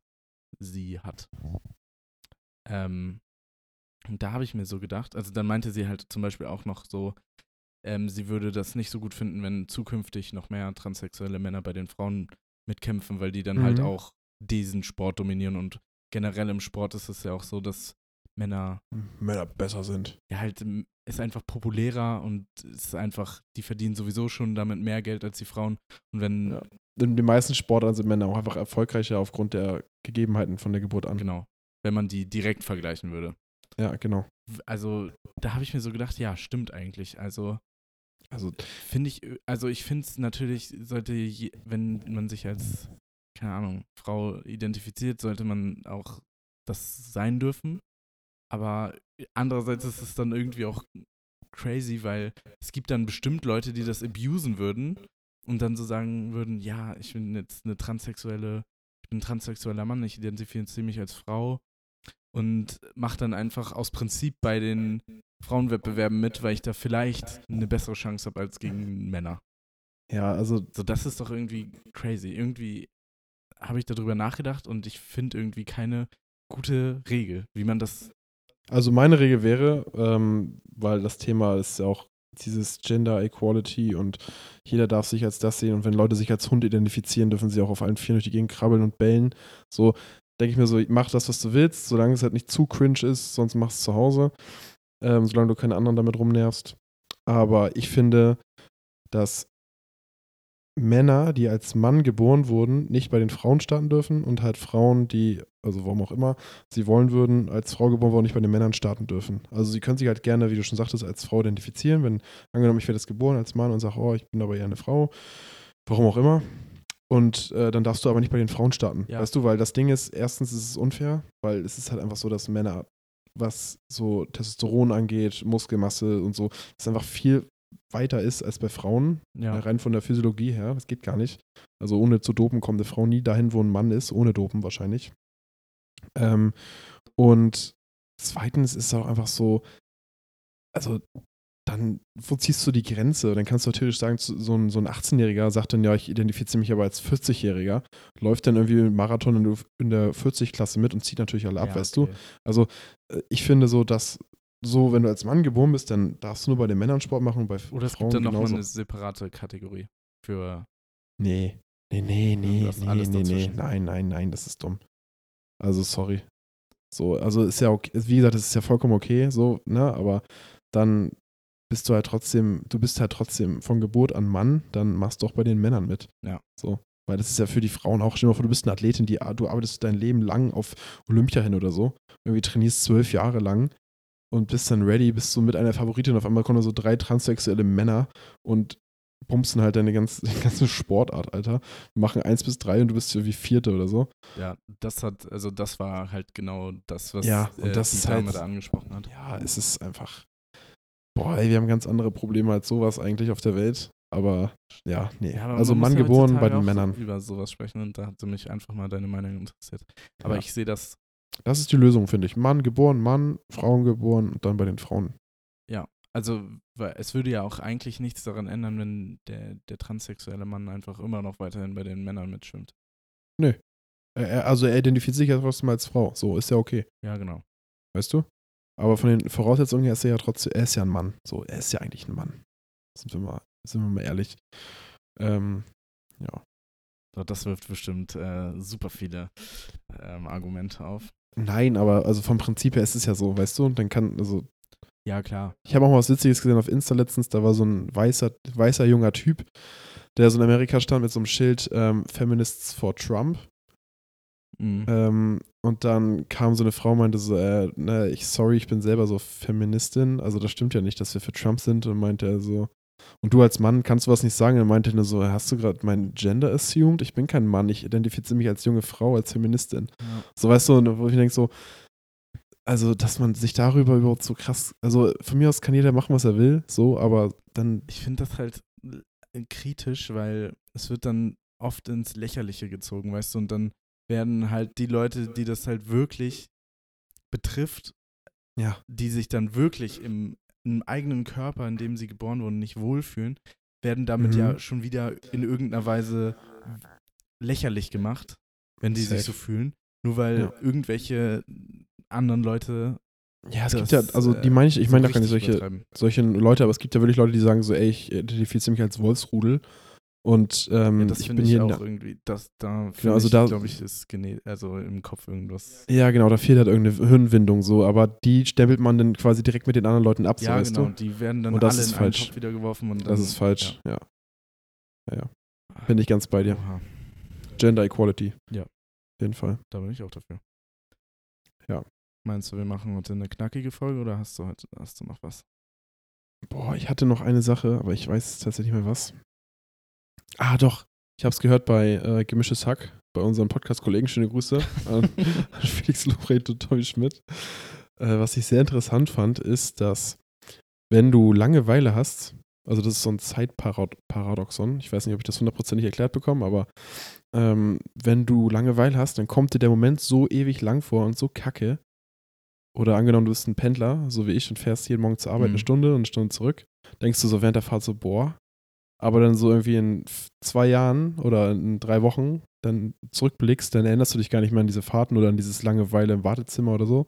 B: sie hat. Ähm, und da habe ich mir so gedacht, also dann meinte sie halt zum Beispiel auch noch so, ähm, sie würde das nicht so gut finden, wenn zukünftig noch mehr transsexuelle Männer bei den Frauen mitkämpfen, weil die dann halt
A: Mhm.
B: auch diesen Sport dominieren und generell im Sport ist es ja auch so, dass Männer,
A: Männer besser sind.
B: ja, halt ähm, ist einfach populärer und ist einfach, die verdienen sowieso schon damit mehr Geld als die Frauen. Und wenn,
A: Ja. In den meisten Sportarten sind Männer auch einfach erfolgreicher aufgrund der Gegebenheiten von der Geburt an.
B: genau, wenn man die direkt vergleichen würde.
A: Ja, genau.
B: W- Also, da habe ich mir so gedacht, ja, stimmt eigentlich. Also,
A: Also
B: Finde ich, also ich finde es natürlich, sollte, je, wenn man sich als, keine Ahnung, Frau identifiziert, sollte man auch das sein dürfen. Aber andererseits ist es dann irgendwie auch crazy, weil es gibt dann bestimmt Leute, die das abusen würden und dann so sagen würden, ja, ich bin jetzt eine transsexuelle, ich bin ein transsexueller Mann, ich identifiziere mich als Frau und mache dann einfach aus Prinzip bei den Frauenwettbewerben mit, weil ich da vielleicht eine bessere Chance habe als gegen Männer.
A: Ja, also
B: So, das ist doch irgendwie crazy. Irgendwie habe ich darüber nachgedacht und ich finde irgendwie keine gute Regel, wie man das.
A: Also meine Regel wäre, ähm, weil das Thema ist ja auch dieses Gender Equality und jeder darf sich als das sehen und wenn Leute sich als Hund identifizieren, dürfen sie auch auf allen Vieren durch die Gegend krabbeln und bellen. So denke ich mir so, mach das, was du willst, solange es halt nicht zu cringe ist, sonst machst du zu Hause, ähm, solange du keine anderen damit rumnervst. Aber ich finde, dass Männer, die als Mann geboren wurden, nicht bei den Frauen starten dürfen und halt Frauen, die, also warum auch immer, sie wollen würden, als Frau geboren worden, nicht bei den Männern starten dürfen. Also sie können sich halt gerne, wie du schon sagtest, als Frau identifizieren. Wenn, angenommen, ich werde jetzt geboren als Mann und sage, oh, ich bin aber eher eine Frau, warum auch immer. Und äh, dann darfst du aber nicht bei den Frauen starten.
B: Ja.
A: Weißt du, weil das Ding ist, erstens ist es unfair, weil es ist halt einfach so, dass Männer, was so Testosteron angeht, Muskelmasse und so, das einfach viel weiter ist als bei Frauen,
B: Ja,
A: rein von der Physiologie her, das geht gar nicht. Also ohne zu dopen kommt eine Frau nie dahin, wo ein Mann ist, ohne dopen wahrscheinlich. Ähm, und zweitens ist es auch einfach so, also dann, wo ziehst du die Grenze? Dann kannst du theoretisch sagen, zu- so ein, so ein 18-Jähriger sagt dann, ja, ich identifiziere mich aber als 40-Jähriger, läuft dann irgendwie einen Marathon in der- in der 40-Klasse mit und zieht natürlich alle ab,
B: ja,
A: weißt du?
B: okay.
A: Also äh, ich finde so, dass so, wenn du als Mann geboren bist, dann darfst du nur bei den Männern Sport machen und bei
B: Oder es
A: Frauen
B: gibt dann nochmal
A: genauso.
B: eine separate Kategorie für.
A: Nee. Nee, nee, nee,
B: Irgendwas
A: nee,
B: alles
A: nee, nee.
B: dazwischen.
A: Nein, nein, nein, das ist dumm. Also, sorry. So, also ist ja okay, wie gesagt, es ist ja vollkommen okay, so, ne, aber dann bist du halt trotzdem, du bist halt trotzdem von Geburt an Mann, dann machst du auch bei den Männern mit.
B: Ja.
A: So. Weil das ist ja für die Frauen auch, stell dir mal vor, du bist eine Athletin, die, du arbeitest dein Leben lang auf Olympia hin oder so. Irgendwie trainierst zwölf Jahre lang und bist dann ready, bist so mit einer Favoritin. Auf einmal kommen da so drei transsexuelle Männer und pumpsen halt deine ganze, deine ganze Sportart, Alter. Machen eins bis drei und du bist irgendwie Vierte oder so.
B: Ja, das hat, also das war halt genau das, was
A: Ja, und das
B: die
A: ist
B: Dame
A: halt-
B: da angesprochen hat.
A: Ja, es ist einfach. Boah, ey, wir haben ganz andere Probleme als sowas eigentlich auf der Welt. Aber ja, nee.
B: aber
A: also
B: man muss
A: Mann
B: ja
A: geboren bei
B: heutzutage
A: den
B: auch
A: Männern.
B: Über sowas sprechen und da hatte mich einfach mal deine Meinung interessiert. Aber
A: Ja.
B: ich sehe das,
A: Das ist die Lösung, finde ich. Mann geboren, Mann, Frauen geboren und dann bei den Frauen.
B: also weil es würde ja auch eigentlich nichts daran ändern, wenn der, der transsexuelle Mann einfach immer noch weiterhin bei den Männern mitschwimmt.
A: Äh, er- Also er identifiziert sich ja trotzdem als Frau. So, ist ja okay.
B: Ja, genau.
A: Weißt du? Aber von den Voraussetzungen her ist er ja trotzdem, er ist ja ein Mann. So, er ist ja eigentlich ein Mann. Sind wir mal, sind wir mal ehrlich. Ähm, ja.
B: So, das wirft bestimmt äh, super viele ähm, Argumente auf.
A: Nein, aber also vom Prinzip her ist es ja so, weißt du? Und dann kann, also
B: Ja, klar.
A: Ich habe auch mal was Witziges gesehen auf Insta letztens. Da war so ein weißer, weißer junger Typ, der so in Amerika stand mit so einem Schild ähm, Feminists for Trump.
B: Mhm.
A: Ähm, und dann kam so eine Frau und meinte so, äh, ne, ich sorry, ich bin selber so Feministin. Also das stimmt ja nicht, dass wir für Trump sind. Und meinte er so, und du als Mann kannst du was nicht sagen. Und er meinte nur so, hast du gerade mein Gender assumed? Ich bin kein Mann, ich identifiziere mich als junge Frau, als Feministin.
B: Ja.
A: So weißt du, und wo ich mir denke so, also dass man sich darüber überhaupt so krass, also von mir aus kann jeder machen, was er will, so, aber dann,
B: Ich finde das halt äh, kritisch, weil es wird dann oft ins Lächerliche gezogen, weißt du, und dann werden halt die Leute, die das halt wirklich betrifft,
A: ja,
B: die sich dann wirklich im, im eigenen Körper, in dem sie geboren wurden, nicht wohlfühlen, werden damit
A: Mhm.
B: ja schon wieder in irgendeiner Weise lächerlich gemacht, wenn die sich
A: Safe.
B: so fühlen. Nur weil
A: Ja.
B: irgendwelche anderen Leute.
A: ja, es
B: das, äh,
A: gibt ja, also die meine ich, ich
B: so
A: meine da gar nicht solche,
B: richtig übertreiben.
A: solche Leute, aber es gibt ja wirklich Leute, die sagen so, ey, ich identifiziere mich als Wolfsrudel Und ähm,
B: ja, das
A: ich
B: finde
A: bin
B: ich
A: hier
B: auch
A: in der-
B: irgendwie, das, da
A: Genau, also da-
B: glaube ich, ist gene also im Kopf irgendwas.
A: Ja, genau, da fehlt halt irgendeine Hirnwindung so, aber die stempelt man dann quasi direkt mit den anderen Leuten ab, so
B: Ja,
A: weißt
B: genau,
A: du?
B: die werden dann
A: Und das
B: alle
A: ist
B: in einen
A: falsch.
B: Topf wieder geworfen und dann,
A: Das ist falsch, ja. Ja, ja. Bin ich ganz bei dir.
B: Oha,
A: Gender Equality.
B: Ja.
A: Auf jeden Fall.
B: da bin ich auch dafür.
A: Ja.
B: Meinst du, wir machen heute eine knackige Folge oder hast du heute, hast du noch was?
A: Boah, ich hatte noch eine Sache, aber ich weiß tatsächlich nicht mehr was. Ah, doch. Ich habe es gehört bei äh, Gemisches Hack, bei unserem Podcast-Kollegen. Schöne Grüße an Felix Lobrecht und Tommy Schmidt. Äh, was ich sehr interessant fand, ist, dass wenn du Langeweile hast, also das ist so ein Zeitparadoxon, ich weiß nicht, ob ich das hundertprozentig erklärt bekomme, aber ähm, wenn du Langeweile hast, dann kommt dir der Moment so ewig lang vor und so kacke. Oder angenommen, du bist ein Pendler, so wie ich, und fährst jeden Morgen zur Arbeit
B: Mhm.
A: eine Stunde und eine Stunde zurück, denkst du so während der Fahrt so, boah. Aber dann so irgendwie in f- zwei Jahren oder in drei Wochen dann zurückblickst, dann erinnerst du dich gar nicht mehr an diese Fahrten oder an dieses Langeweile im Wartezimmer oder so,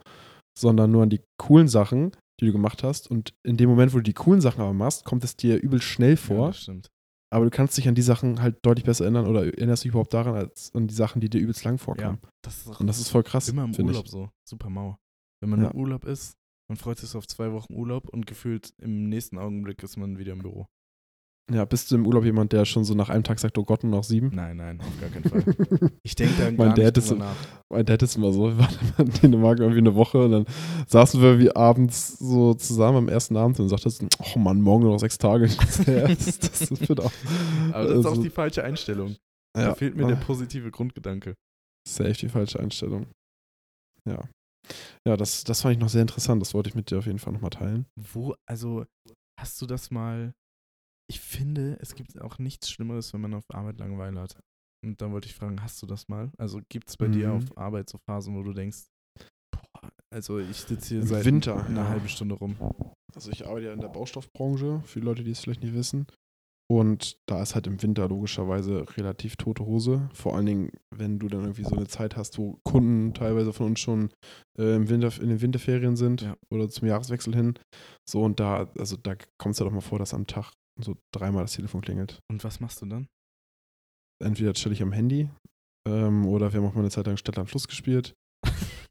A: sondern nur an die coolen Sachen, die du gemacht hast. Und in dem Moment, wo du die coolen Sachen aber machst, kommt es dir übel schnell
B: Ja,
A: vor.
B: das stimmt.
A: Aber du kannst dich an die Sachen halt deutlich besser erinnern oder erinnerst dich überhaupt daran, als an die Sachen, die dir übelst lang vorkamen.
B: Das ist auch
A: Und das ist voll krass,
B: immer im
A: finde
B: Urlaub
A: ich.
B: so. Super Mauer. Wenn man
A: Ja.
B: im Urlaub ist, man freut sich so auf zwei Wochen Urlaub und gefühlt im nächsten Augenblick ist man wieder im Büro.
A: Ja, bist du im Urlaub jemand, der schon so nach einem Tag sagt, oh Gott, nur noch sieben?
B: Nein, nein, auf gar keinen Fall. Ich denke da
A: Mein
B: gar
A: Dad
B: nicht
A: ist
B: drüber
A: so-
B: nach.
A: Mein Dad ist immer so, wir waren immer in Dänemark irgendwie eine Woche und dann saßen wir wie abends so zusammen am ersten Abend und sagtest, oh Mann, morgen nur noch sechs Tage. Ja, das, das wird auch.
B: Aber das ist auch
A: also-
B: die falsche Einstellung. Da
A: Ja. ah,
B: fehlt mir der positive Grundgedanke.
A: Safe die falsche Einstellung. Ja. Ja, das, das fand ich noch sehr interessant. Das wollte ich mit dir auf jeden Fall nochmal teilen.
B: Wo, also, hast du das mal? Ich finde, es gibt auch nichts Schlimmeres, wenn man auf Arbeit Langeweile hat. Und dann wollte ich fragen, hast du das mal? Also, gibt es bei dir
A: Mhm.
B: auf Arbeit so Phasen, wo du denkst, boah, also ich sitze hier
A: Im
B: seit
A: Winter,
B: einer
A: ja.
B: halben Stunde rum.
A: Also ich arbeite ja in der Baustoffbranche, für die Leute, die es vielleicht nicht wissen. Und da ist halt im Winter logischerweise relativ tote Hose. Vor allen Dingen, wenn du dann irgendwie so eine Zeit hast, wo Kunden teilweise von uns schon äh, im Winter, in den Winterferien sind
B: Ja.
A: oder zum Jahreswechsel hin. So und da, also da kommt es ja doch mal vor, dass am Tag so dreimal das Telefon klingelt.
B: Und was machst du dann?
A: Entweder chill ich am Handy ähm, oder wir haben auch mal eine Zeit lang Stadt am Fluss gespielt.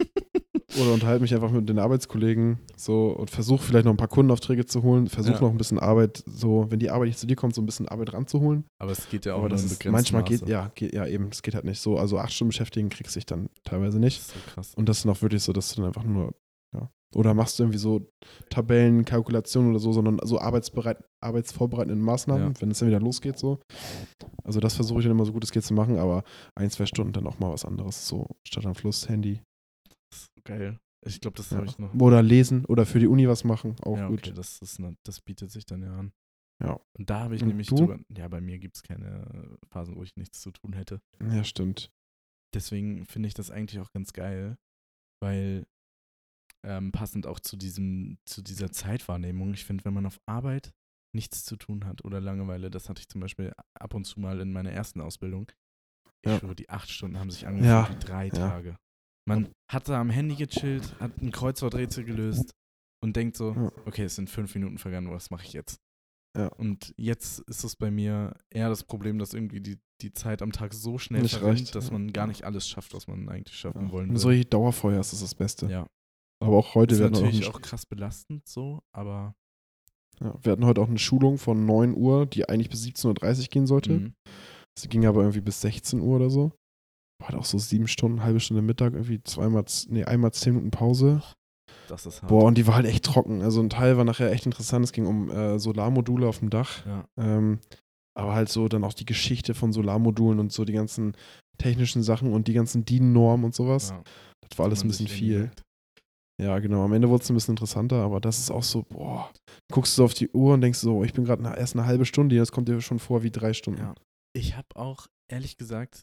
A: Oder unterhalte mich einfach mit den Arbeitskollegen so und versuche vielleicht noch ein paar Kundenaufträge zu holen, versuche
B: Ja.
A: noch ein bisschen Arbeit, so, wenn die Arbeit nicht zu dir kommt, so ein bisschen Arbeit ranzuholen.
B: Aber es geht ja auch
A: Aber das
B: nur in
A: ist
B: begrenztem
A: manchmal geht,
B: Maße.
A: ja, geht, ja eben, das geht halt nicht so. Also acht Stunden beschäftigen kriegst du dich dann teilweise nicht.
B: Das ist so krass.
A: Und das ist noch wirklich so, dass du dann einfach nur, ja. Oder machst du irgendwie so Tabellen, Kalkulationen oder so, sondern so arbeitsbereit, arbeitsvorbereitenden Maßnahmen, wenn es dann wieder losgeht, so. Also das versuche ich dann immer so gut es geht zu machen, aber ein, zwei Stunden dann auch mal was anderes, so statt am Fluss, Handy.
B: Das ist so geil. Ich glaube, das
A: Ja.
B: habe ich noch.
A: Oder lesen oder für die Uni was machen, auch
B: ja,
A: gut.
B: okay, das, ist ne, das bietet sich dann ja an.
A: Ja.
B: Und da habe ich
A: Und
B: nämlich
A: du?
B: sogar. Ja, bei mir gibt es keine Phasen, wo ich nichts zu tun hätte.
A: Ja, stimmt.
B: Deswegen finde ich das eigentlich auch ganz geil, weil ähm, passend auch zu, diesem, zu dieser Zeitwahrnehmung, ich finde, wenn man auf Arbeit nichts zu tun hat oder Langeweile, das hatte ich zum Beispiel ab und zu mal in meiner ersten Ausbildung. Ich
A: Ja.
B: schwöre, die acht Stunden haben sich angefühlt
A: Ja,
B: wie drei
A: ja.
B: Tage. Man hat da am Handy gechillt, hat ein Kreuzworträtsel gelöst und denkt so,
A: Ja.
B: okay, es sind fünf Minuten vergangen, was mache ich jetzt?
A: Ja.
B: Und jetzt ist es bei mir eher das Problem, dass irgendwie die, die Zeit am Tag so schnell
A: Nicht
B: verrinnt,
A: reicht,
B: dass
A: ja.
B: man gar nicht alles schafft, was man eigentlich schaffen
A: Ja.
B: wollen würde.
A: So richtig Also Dauerfeuer ist das, das Beste.
B: ja.
A: Aber auch heute,
B: Ist
A: wir hatten, auch
B: natürlich
A: eine,
B: auch krass belastend so, aber
A: ja, wir hatten heute auch eine Schulung von 9 Uhr, die eigentlich bis 17.30 Uhr gehen sollte.
B: mhm.
A: Sie ging aber irgendwie bis 16 Uhr oder so. War halt auch so sieben Stunden, halbe Stunde Mittag, irgendwie zweimal, z- nee, einmal zehn Minuten Pause.
B: das ist hart.
A: Boah, und die war halt echt trocken. Also ein Teil war nachher echt interessant. Es ging um äh, Solarmodule auf dem Dach.
B: Ja.
A: Ähm, aber halt so dann auch die Geschichte von Solarmodulen und so die ganzen technischen Sachen und die ganzen DIN-Normen und sowas.
B: ja.
A: Das war alles ein
B: Man
A: bisschen
B: sich irgendwie
A: viel.
B: merkt.
A: Ja, genau. Am Ende wurde es ein bisschen interessanter, aber das ist auch so, boah. Guckst du auf die Uhr und denkst so, oh, ich bin gerade na- erst eine halbe Stunde hier, das kommt dir schon vor wie drei Stunden.
B: Ja. Ich habe auch, ehrlich gesagt,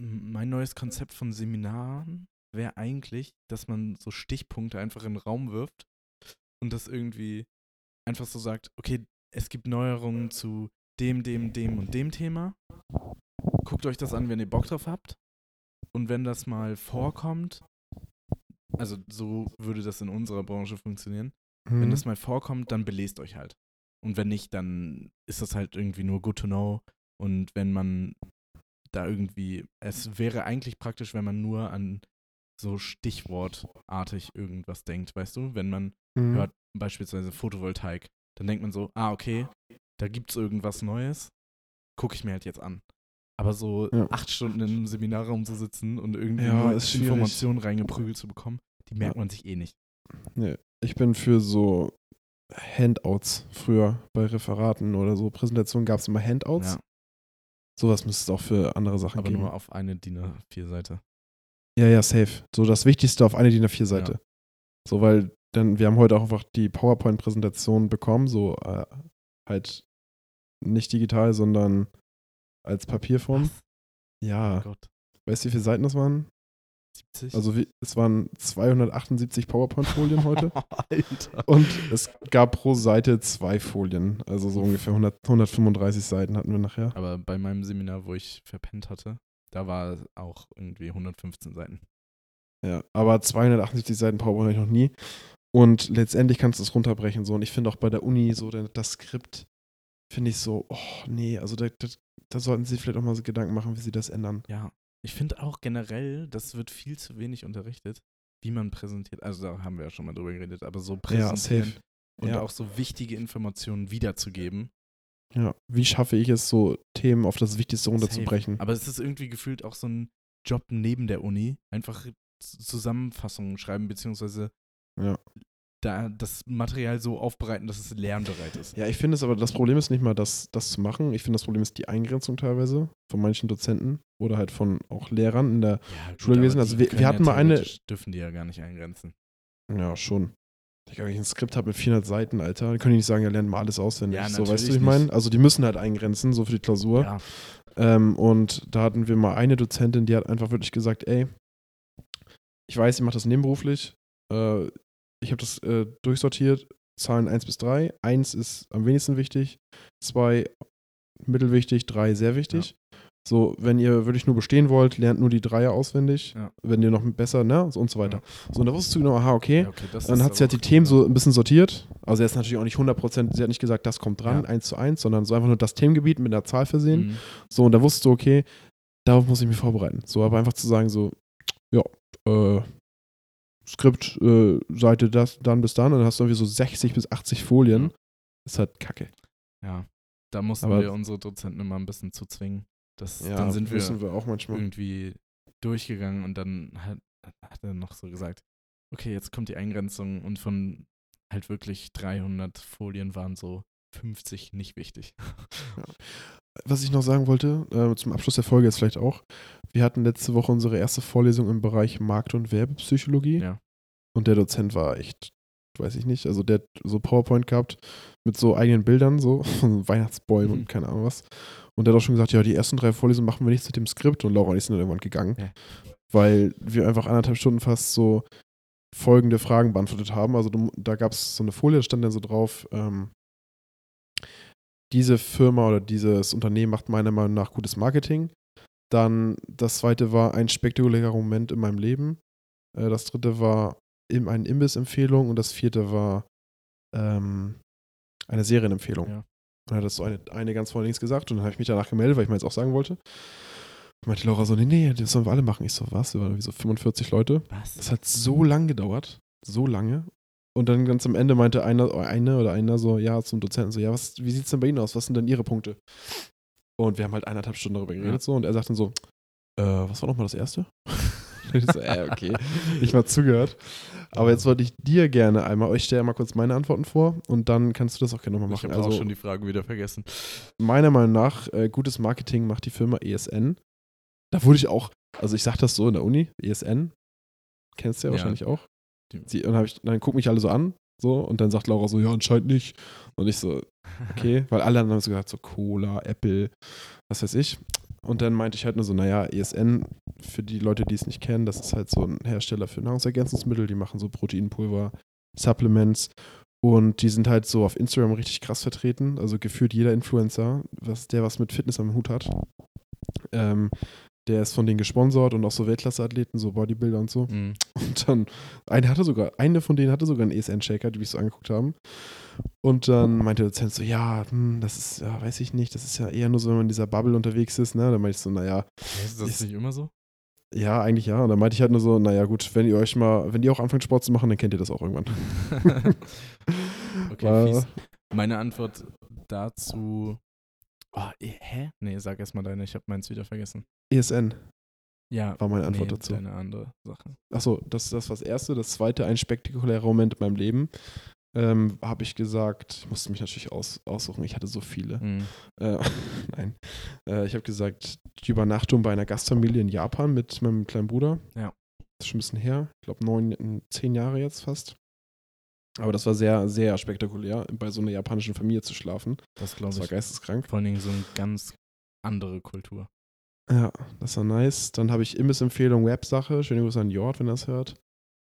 B: m- mein neues Konzept von Seminaren wäre eigentlich, dass man so Stichpunkte einfach in den Raum wirft und das irgendwie einfach so sagt, okay, es gibt Neuerungen zu dem, dem, dem und dem Thema. Guckt euch das an, wenn ihr Bock drauf habt. Und wenn das mal vorkommt, also so würde das in unserer Branche funktionieren,
A: Mhm.
B: wenn das mal vorkommt, dann belest euch halt. Und wenn nicht, dann ist das halt irgendwie nur good to know. Und wenn man da irgendwie, es wäre eigentlich praktisch, wenn man nur an so stichwortartig irgendwas denkt, weißt du? Wenn man
A: Mhm.
B: hört beispielsweise Photovoltaik, dann denkt man so, ah, okay, da gibt's irgendwas Neues, gucke ich mir halt jetzt an. Aber so
A: Ja.
B: acht Stunden in einem Seminarraum zu sitzen und irgendwie
A: Ja,
B: nur
A: ist schwierig.
B: Informationen reingeprügelt zu bekommen, die merkt man sich eh nicht.
A: Ich bin für so Handouts früher bei Referaten oder so. Präsentationen gab es immer Handouts.
B: Ja,
A: Sowas müsste es auch für andere Sachen
B: aber
A: geben.
B: nur auf eine DIN A4-Seite.
A: Ja, ja, safe. So das Wichtigste auf eine DIN A4-Seite.
B: Ja.
A: So, weil dann, wir haben heute auch einfach die PowerPoint-Präsentation bekommen, so äh, halt nicht digital, sondern als Papierform.
B: Oh
A: Ja,
B: Gott,
A: weißt du, wie viele Seiten das waren?
B: 70?
A: Also wie, es waren 278 PowerPoint-Folien heute.
B: Alter.
A: Und es gab pro Seite zwei Folien. Also so ungefähr 100, 135 Seiten hatten wir nachher.
B: Aber bei meinem Seminar, wo ich verpennt hatte, da war auch irgendwie 115 Seiten.
A: Ja, aber 278 Seiten PowerPoint habe ich noch nie. Und letztendlich kannst du es runterbrechen. So. Und ich finde auch bei der Uni so denn das Skript, finde ich so, oh nee, also da, da, da sollten sie vielleicht auch mal so Gedanken machen, wie sie das ändern.
B: Ja, ich finde auch generell, das wird viel zu wenig unterrichtet, wie man präsentiert. Also da haben wir ja schon mal drüber geredet, aber so präsentieren und
A: Ja.
B: auch so wichtige Informationen wiederzugeben.
A: Ja, wie schaffe ich es, so Themen auf das Wichtigste runterzubrechen?
B: Aber es ist irgendwie gefühlt auch so ein Job neben der Uni, einfach Z- Zusammenfassungen schreiben beziehungsweise
A: Ja.
B: da das Material so aufbereiten, dass es lernbereit ist.
A: Ja, ich finde es aber, das Problem ist nicht mal, das, das zu machen. Ich finde, das Problem ist die Eingrenzung teilweise von manchen Dozenten oder halt von auch Lehrern in der.
B: Ja, gut,
A: Schule gewesen,
B: aber
A: also
B: die
A: wir- wir
B: können ja
A: hatten mal eine-
B: theoretisch- dürfen die ja gar nicht eingrenzen.
A: Ja, schon. Digga, Wenn ich ein Skript habe mit 400 Seiten, Alter, dann können die nicht sagen, ja, lernt mal alles auswendig.
B: Ja,
A: so, weißt du,
B: natürlich
A: wie ich meine?
B: nicht.
A: Also, die müssen halt eingrenzen, so für die Klausur.
B: Ja,
A: Ähm, und da hatten wir mal eine Dozentin, die hat einfach wirklich gesagt, ey, ich weiß, ihr macht das nebenberuflich. Äh, ich habe das äh, durchsortiert, Zahlen 1 bis 3. 1 ist am wenigsten wichtig, 2 mittelwichtig, 3 sehr wichtig. So, wenn ihr wirklich nur bestehen wollt, lernt nur die Dreier auswendig.
B: Ja.
A: Wenn ihr noch besser, ne? So und so weiter. So, und da wusstest du genau, aha, okay.
B: ja, okay, das
A: Dann
B: ist
A: hat sie halt
B: aber
A: die
B: auch genau
A: Themen
B: klar.
A: so ein bisschen sortiert. Also jetzt natürlich auch nicht 100%, sie hat nicht gesagt, das kommt dran,
B: Ja.
A: eins zu eins, sondern so einfach nur das Themengebiet mit einer Zahl versehen.
B: Mhm.
A: So, und da wusstest du, okay, darauf muss ich mich vorbereiten. So, aber einfach zu sagen, so, ja, äh, Skript, äh, Seite das, dann bis dann, und dann hast du irgendwie so 60 bis 80 Folien.
B: Ja.
A: Ist halt kacke.
B: Ja, da mussten
A: Aber-
B: wir unsere Dozenten immer ein bisschen zu zwingen. Das,
A: Ja,
B: dann sind wir,
A: müssen wir auch manchmal.
B: irgendwie durchgegangen und dann hat, hat er noch so gesagt, okay, jetzt kommt die Eingrenzung und von halt wirklich 300 Folien waren so 50 nicht wichtig.
A: Was ich noch sagen wollte, äh, zum Abschluss der Folge jetzt vielleicht auch, wir hatten letzte Woche unsere erste Vorlesung im Bereich Markt- und Werbepsychologie.
B: Ja.
A: Und der Dozent war echt, weiß ich nicht, also der hat so PowerPoint gehabt mit so eigenen Bildern, so Weihnachtsbäume
B: Mhm.
A: und keine Ahnung was. Und der hat auch schon gesagt, ja, die ersten drei Vorlesungen machen wir nichts mit dem Skript. Und Laura und ich sind dann irgendwann gegangen,
B: Ja.
A: weil wir einfach anderthalb Stunden fast so folgende Fragen beantwortet haben. Also du, da gab es so eine Folie, da stand dann so drauf, ähm, diese Firma oder dieses Unternehmen macht meiner Meinung nach gutes Marketing. Dann das zweite war ein spektakulärer Moment in meinem Leben. Äh, das dritte war im, eine Imbiss-Empfehlung und das vierte war ähm, eine Serienempfehlung.
B: Ja.
A: Und er hat das so eine, eine ganz vorne links gesagt und dann habe ich mich danach gemeldet, weil ich mir jetzt auch sagen wollte. Und meinte Laura so, nee, nee, das sollen wir alle machen. Ich so, was? Wir waren irgendwie so 45 Leute.
B: Was?
A: Das hat so lang gedauert. So lange. Und dann ganz am Ende meinte einer, eine oder einer so, ja, zum Dozenten so, ja, was, wie sieht's denn bei Ihnen aus? Was sind denn Ihre Punkte? Und wir haben halt eineinhalb Stunden darüber geredet
B: Ja.
A: so und er sagt dann so, äh, was war nochmal das Erste? ich so, äh, okay. Ich mal zugehört. Aber jetzt wollte ich dir gerne einmal, ich stelle mal kurz meine Antworten vor und dann kannst du das auch gerne nochmal
B: Ich
A: machen.
B: habe
A: also
B: auch schon die Fragen wieder vergessen.
A: meiner Meinung nach, äh, gutes Marketing macht die Firma ESN. Da wurde ich auch, also ich sag das so in der Uni, ESN, kennst du ja
B: Ja.
A: wahrscheinlich auch.
B: Die-
A: Sie, und dann, hab ich, dann gucken mich alle so an, so, und dann sagt Laura so, ja, anscheinend nicht. Und ich so, okay, weil alle anderen haben so gesagt, so Cola, Apple, was weiß ich. Und dann meinte ich halt nur so, naja, ESN, für die Leute, die es nicht kennen, das ist halt so ein Hersteller für Nahrungsergänzungsmittel, die machen so Proteinpulver, Supplements und die sind halt so auf Instagram richtig krass vertreten, also gefühlt jeder Influencer, was, der was mit Fitness am Hut hat, ähm, Der ist von denen gesponsert und auch so Weltklasse-Athleten, so Bodybuilder und so.
B: Mhm.
A: Und dann, eine hatte sogar, eine von denen hatte sogar einen E ESN-Shaker, die mich so angeguckt haben. Und dann meinte der Dozent so, ja, hm, das ist, ja, weiß ich nicht, das ist ja eher nur so, wenn man in dieser Bubble unterwegs ist, ne? Dann meinte ich so, naja,
B: Ist das
A: Ist-
B: nicht immer so?
A: ja, eigentlich ja. Und dann meinte ich halt nur so, naja, gut, wenn ihr euch mal, wenn ihr auch anfangt Sport zu machen, dann kennt ihr das auch irgendwann.
B: okay,
A: War-
B: fies. Meine Antwort dazu. Oh, eh, hä? Nee, sag erstmal deine, ich habe meins wieder vergessen.
A: ESN
B: Ja,
A: E war meine Antwort dazu.
B: eine andere Sache.
A: Achso, das, das war das Erste. Das Zweite, ein spektakulärer Moment in meinem Leben. Ähm, habe ich gesagt, ich musste mich natürlich aus, aussuchen, ich hatte so viele.
B: Mhm.
A: Äh, nein. Äh, ich habe gesagt, die Übernachtung bei einer Gastfamilie in Japan mit meinem kleinen Bruder.
B: Ja.
A: Das ist schon ein bisschen her. Ich glaube, neun, äh, zehn Jahre jetzt fast. Aber das war sehr, sehr spektakulär, bei so einer japanischen Familie zu schlafen.
B: Das
A: Das
B: glaube
A: war
B: ich.
A: geisteskrank.
B: Vor allen Dingen so eine ganz andere Kultur.
A: Ja, das war nice. Dann habe ich Imbiss Empfehlung Rap-Sache. Schöne Grüße an Jord, wenn er das hört.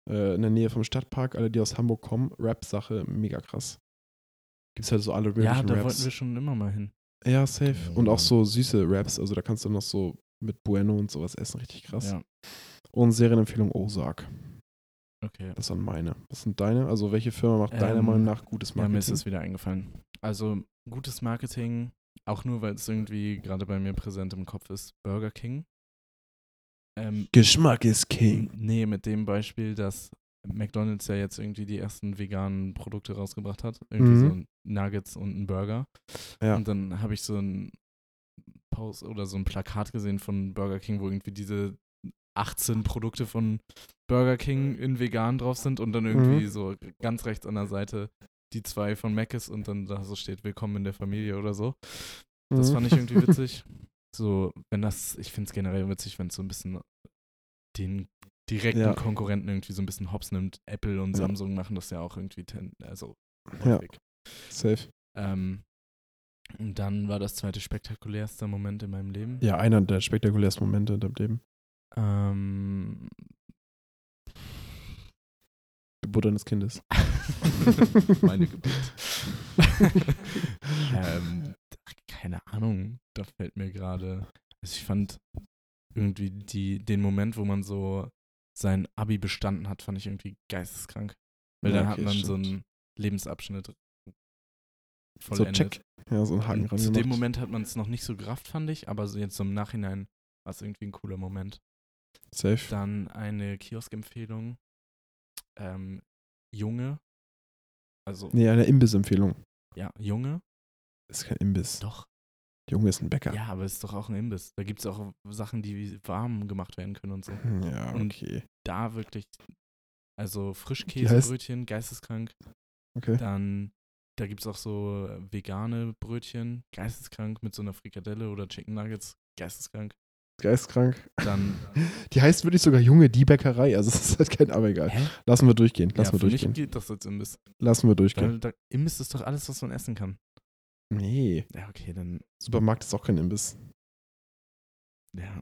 A: Äh, in der Nähe vom Stadtpark, alle, die aus Hamburg kommen. Rap-Sache, mega krass. Gibt's halt so alle
B: Ja,
A: möglichen
B: da wollten
A: Raps.
B: wir schon immer mal hin.
A: Ja, safe.
B: Ja,
A: Und auch
B: Mann.
A: so süße Raps. Also da kannst du noch so mit Bueno und sowas essen. Richtig krass.
B: Ja,
A: Und Serienempfehlung Ozark.
B: okay.
A: Das waren meine. Was sind deine? Also welche Firma macht deiner
B: Ähm,
A: Meinung nach gutes
B: Ja,
A: Marketing?
B: mir ist es wieder eingefallen. Also gutes Marketing, auch nur weil es irgendwie gerade bei mir präsent im Kopf ist, Burger King. Ähm,
A: Geschmack ist King.
B: Hm, nee, mit dem Beispiel, dass McDonald's ja jetzt irgendwie die ersten veganen Produkte rausgebracht hat. Irgendwie
A: Mhm.
B: so Nuggets und ein Burger.
A: Ja.
B: Und dann habe ich so ein Post oder so ein Plakat gesehen von Burger King, wo irgendwie diese 18 Produkte von Burger King in vegan drauf sind und dann irgendwie
A: Mhm.
B: so ganz rechts an der Seite die zwei von Mc's und dann da so steht Willkommen in der Familie oder so. Das
A: Mhm.
B: fand ich irgendwie witzig. So, wenn das, ich finde es generell witzig, wenn es so ein bisschen den direkten
A: Ja.
B: Konkurrenten irgendwie so ein bisschen hops nimmt. Apple und
A: Ja.
B: Samsung machen das ja auch irgendwie, ten, also
A: Ja.
B: häufig.
A: Safe.
B: Ähm, und dann war das zweite spektakulärste Moment in meinem Leben.
A: Ja, einer der spektakulärsten Momente in deinem Leben.
B: Ähm,
A: Geburt eines Kindes.
B: meine Geburt. ähm, keine Ahnung, da fällt mir gerade. Also ich fand irgendwie die, den Moment, wo man so sein Abi bestanden hat, fand ich irgendwie geisteskrank. Weil
A: Ja,
B: dann hat
A: okay,
B: man so
A: stimmt.
B: einen Lebensabschnitt
A: So
B: vollendet.
A: check. Ja, so einen Haken
B: Und
A: ran
B: zu
A: gemacht.
B: dem Moment hat man es noch nicht so gerafft, fand ich, aber so jetzt so im Nachhinein war es irgendwie ein cooler Moment.
A: Safe.
B: Dann eine Kiosk-Empfehlung. Ähm, Junge. Also,
A: Nee, eine Imbissempfehlung.
B: ja, Junge.
A: Ist kein Imbiss.
B: Doch.
A: Junge ist ein Bäcker.
B: Ja, aber ist doch auch ein Imbiss. Da gibt es auch Sachen, die warm gemacht werden können und so.
A: Hm, Ja,
B: Und-
A: okay.
B: Da wirklich,
A: Die
B: also
A: heißt-
B: Frischkäsebrötchen, geisteskrank.
A: Okay.
B: Dann, da gibt es auch so äh, vegane Brötchen, geisteskrank, mit so einer Frikadelle oder Chicken Nuggets, geisteskrank.
A: Geistkrank.
B: Dann,
A: Die heißt wirklich sogar Junge, die Bäckerei. Also es ist halt kein, aber egal.
B: hä?
A: Lassen wir durchgehen.
B: Ja,
A: Lassen
B: für
A: wir
B: mich
A: durchgehen.
B: geht das als Imbiss.
A: Lassen wir durchgehen.
B: Weil da, Imbiss ist doch alles, was man essen kann.
A: Nee.
B: Ja, okay, dann,
A: Supermarkt ist auch kein Imbiss.
B: ja,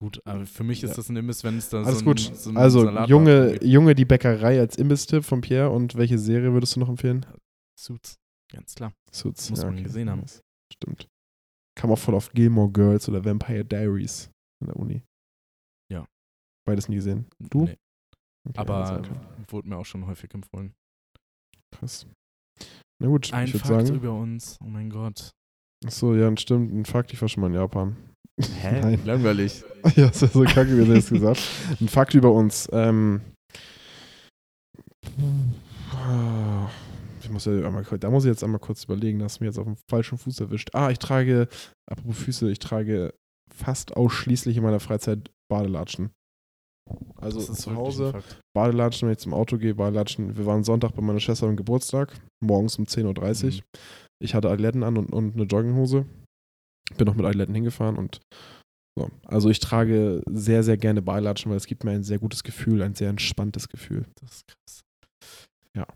B: gut. Aber für mich ist
A: Ja.
B: das ein Imbiss, wenn es da
A: Alles
B: so
A: gut.
B: ein, so ein
A: Also
B: Salatbar
A: Junge,
B: gibt.
A: Junge, die Bäckerei als Imbiss-Tipp von Pierre. Und welche Serie würdest du noch empfehlen?
B: Suits, ganz klar.
A: Suits.
B: Muss man gesehen haben.
A: Stimmt. Kam auch voll auf Gilmore Girls oder Vampire Diaries in der Uni.
B: Ja.
A: Beides nie gesehen. Du?
B: Nee,
A: Okay,
B: aber
A: alles klar.
B: wurde mir auch schon häufig empfohlen.
A: Krass. Na gut,
B: Ein
A: ich würde
B: Fakt
A: sagen.
B: über uns, oh mein Gott.
A: Achso, ja, stimmt. Ein Fakt, ich war schon mal in Japan.
B: Hä?
A: Nein.
B: Langweilig.
A: Ja, das ist ja so kacke, wie du das gesagt hast. Ein Fakt über uns. Ähm, ich muss ja einmal, kurz- da muss ich jetzt einmal kurz überlegen, dass mir jetzt auf dem falschen Fuß erwischt. Ah, ich trage, apropos Füße, ich trage fast ausschließlich in meiner Freizeit Badelatschen. Also
B: Das ist
A: zu
B: wirklich
A: Hause
B: ein Fakt.
A: Badelatschen, wenn ich zum Auto gehe, Badelatschen. Wir waren Sonntag bei meiner Schwester am Geburtstag, morgens um 10.30 Uhr.
B: Mhm.
A: Ich hatte Adiletten an und, und eine Jogginghose. Bin noch mit Adiletten hingefahren und so. Also ich trage sehr, sehr gerne Badelatschen, weil es gibt mir ein sehr gutes Gefühl, ein sehr entspanntes Gefühl.
B: Das ist krass.
A: Ja.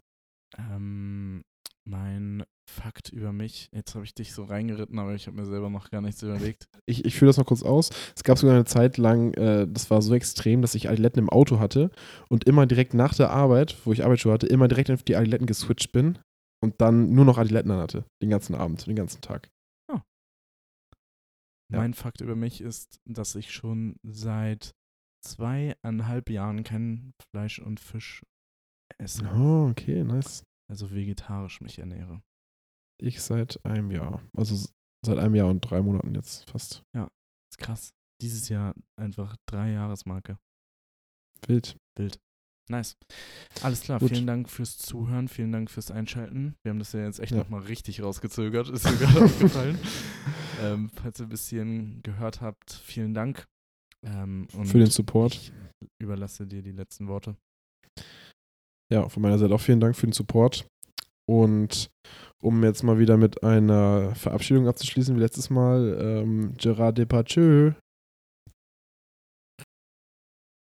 B: Ähm, mein Fakt über mich, jetzt habe ich dich so reingeritten, aber ich habe mir selber noch gar nichts überlegt.
A: Ich, ich führe das noch kurz aus. Es gab sogar eine Zeit lang, äh, das war so extrem, dass ich Adiletten im Auto hatte und immer direkt nach der Arbeit, wo ich Arbeitsschuhe hatte, immer direkt auf die Adiletten geswitcht bin und dann nur noch Adiletten an hatte. Den ganzen Abend, den ganzen Tag. Ja.
B: Mein Fakt über mich ist, dass ich schon seit zweieinhalb Jahren kein Fleisch und Fisch esse.
A: Oh, okay, nice.
B: Also vegetarisch mich ernähre.
A: Ich seit einem Jahr. Also s- seit einem Jahr und drei Monaten jetzt fast.
B: ist krass. Dieses Jahr einfach drei Jahresmarke.
A: Wild.
B: Nice. Alles klar,
A: Gut.
B: vielen Dank fürs Zuhören, vielen Dank fürs Einschalten. Wir haben das ja jetzt echt
A: Ja.
B: nochmal richtig rausgezögert, ist mir gerade aufgefallen.
A: Äh,
B: Ähm, falls ihr ein bisschen gehört habt, vielen Dank. Ähm, und
A: Für den Support.
B: Ich überlasse dir die letzten Worte.
A: Ja, von meiner Seite auch vielen Dank für den Support. Und um jetzt mal wieder mit einer Verabschiedung abzuschließen, wie letztes Mal, ähm, Gerard Depardieu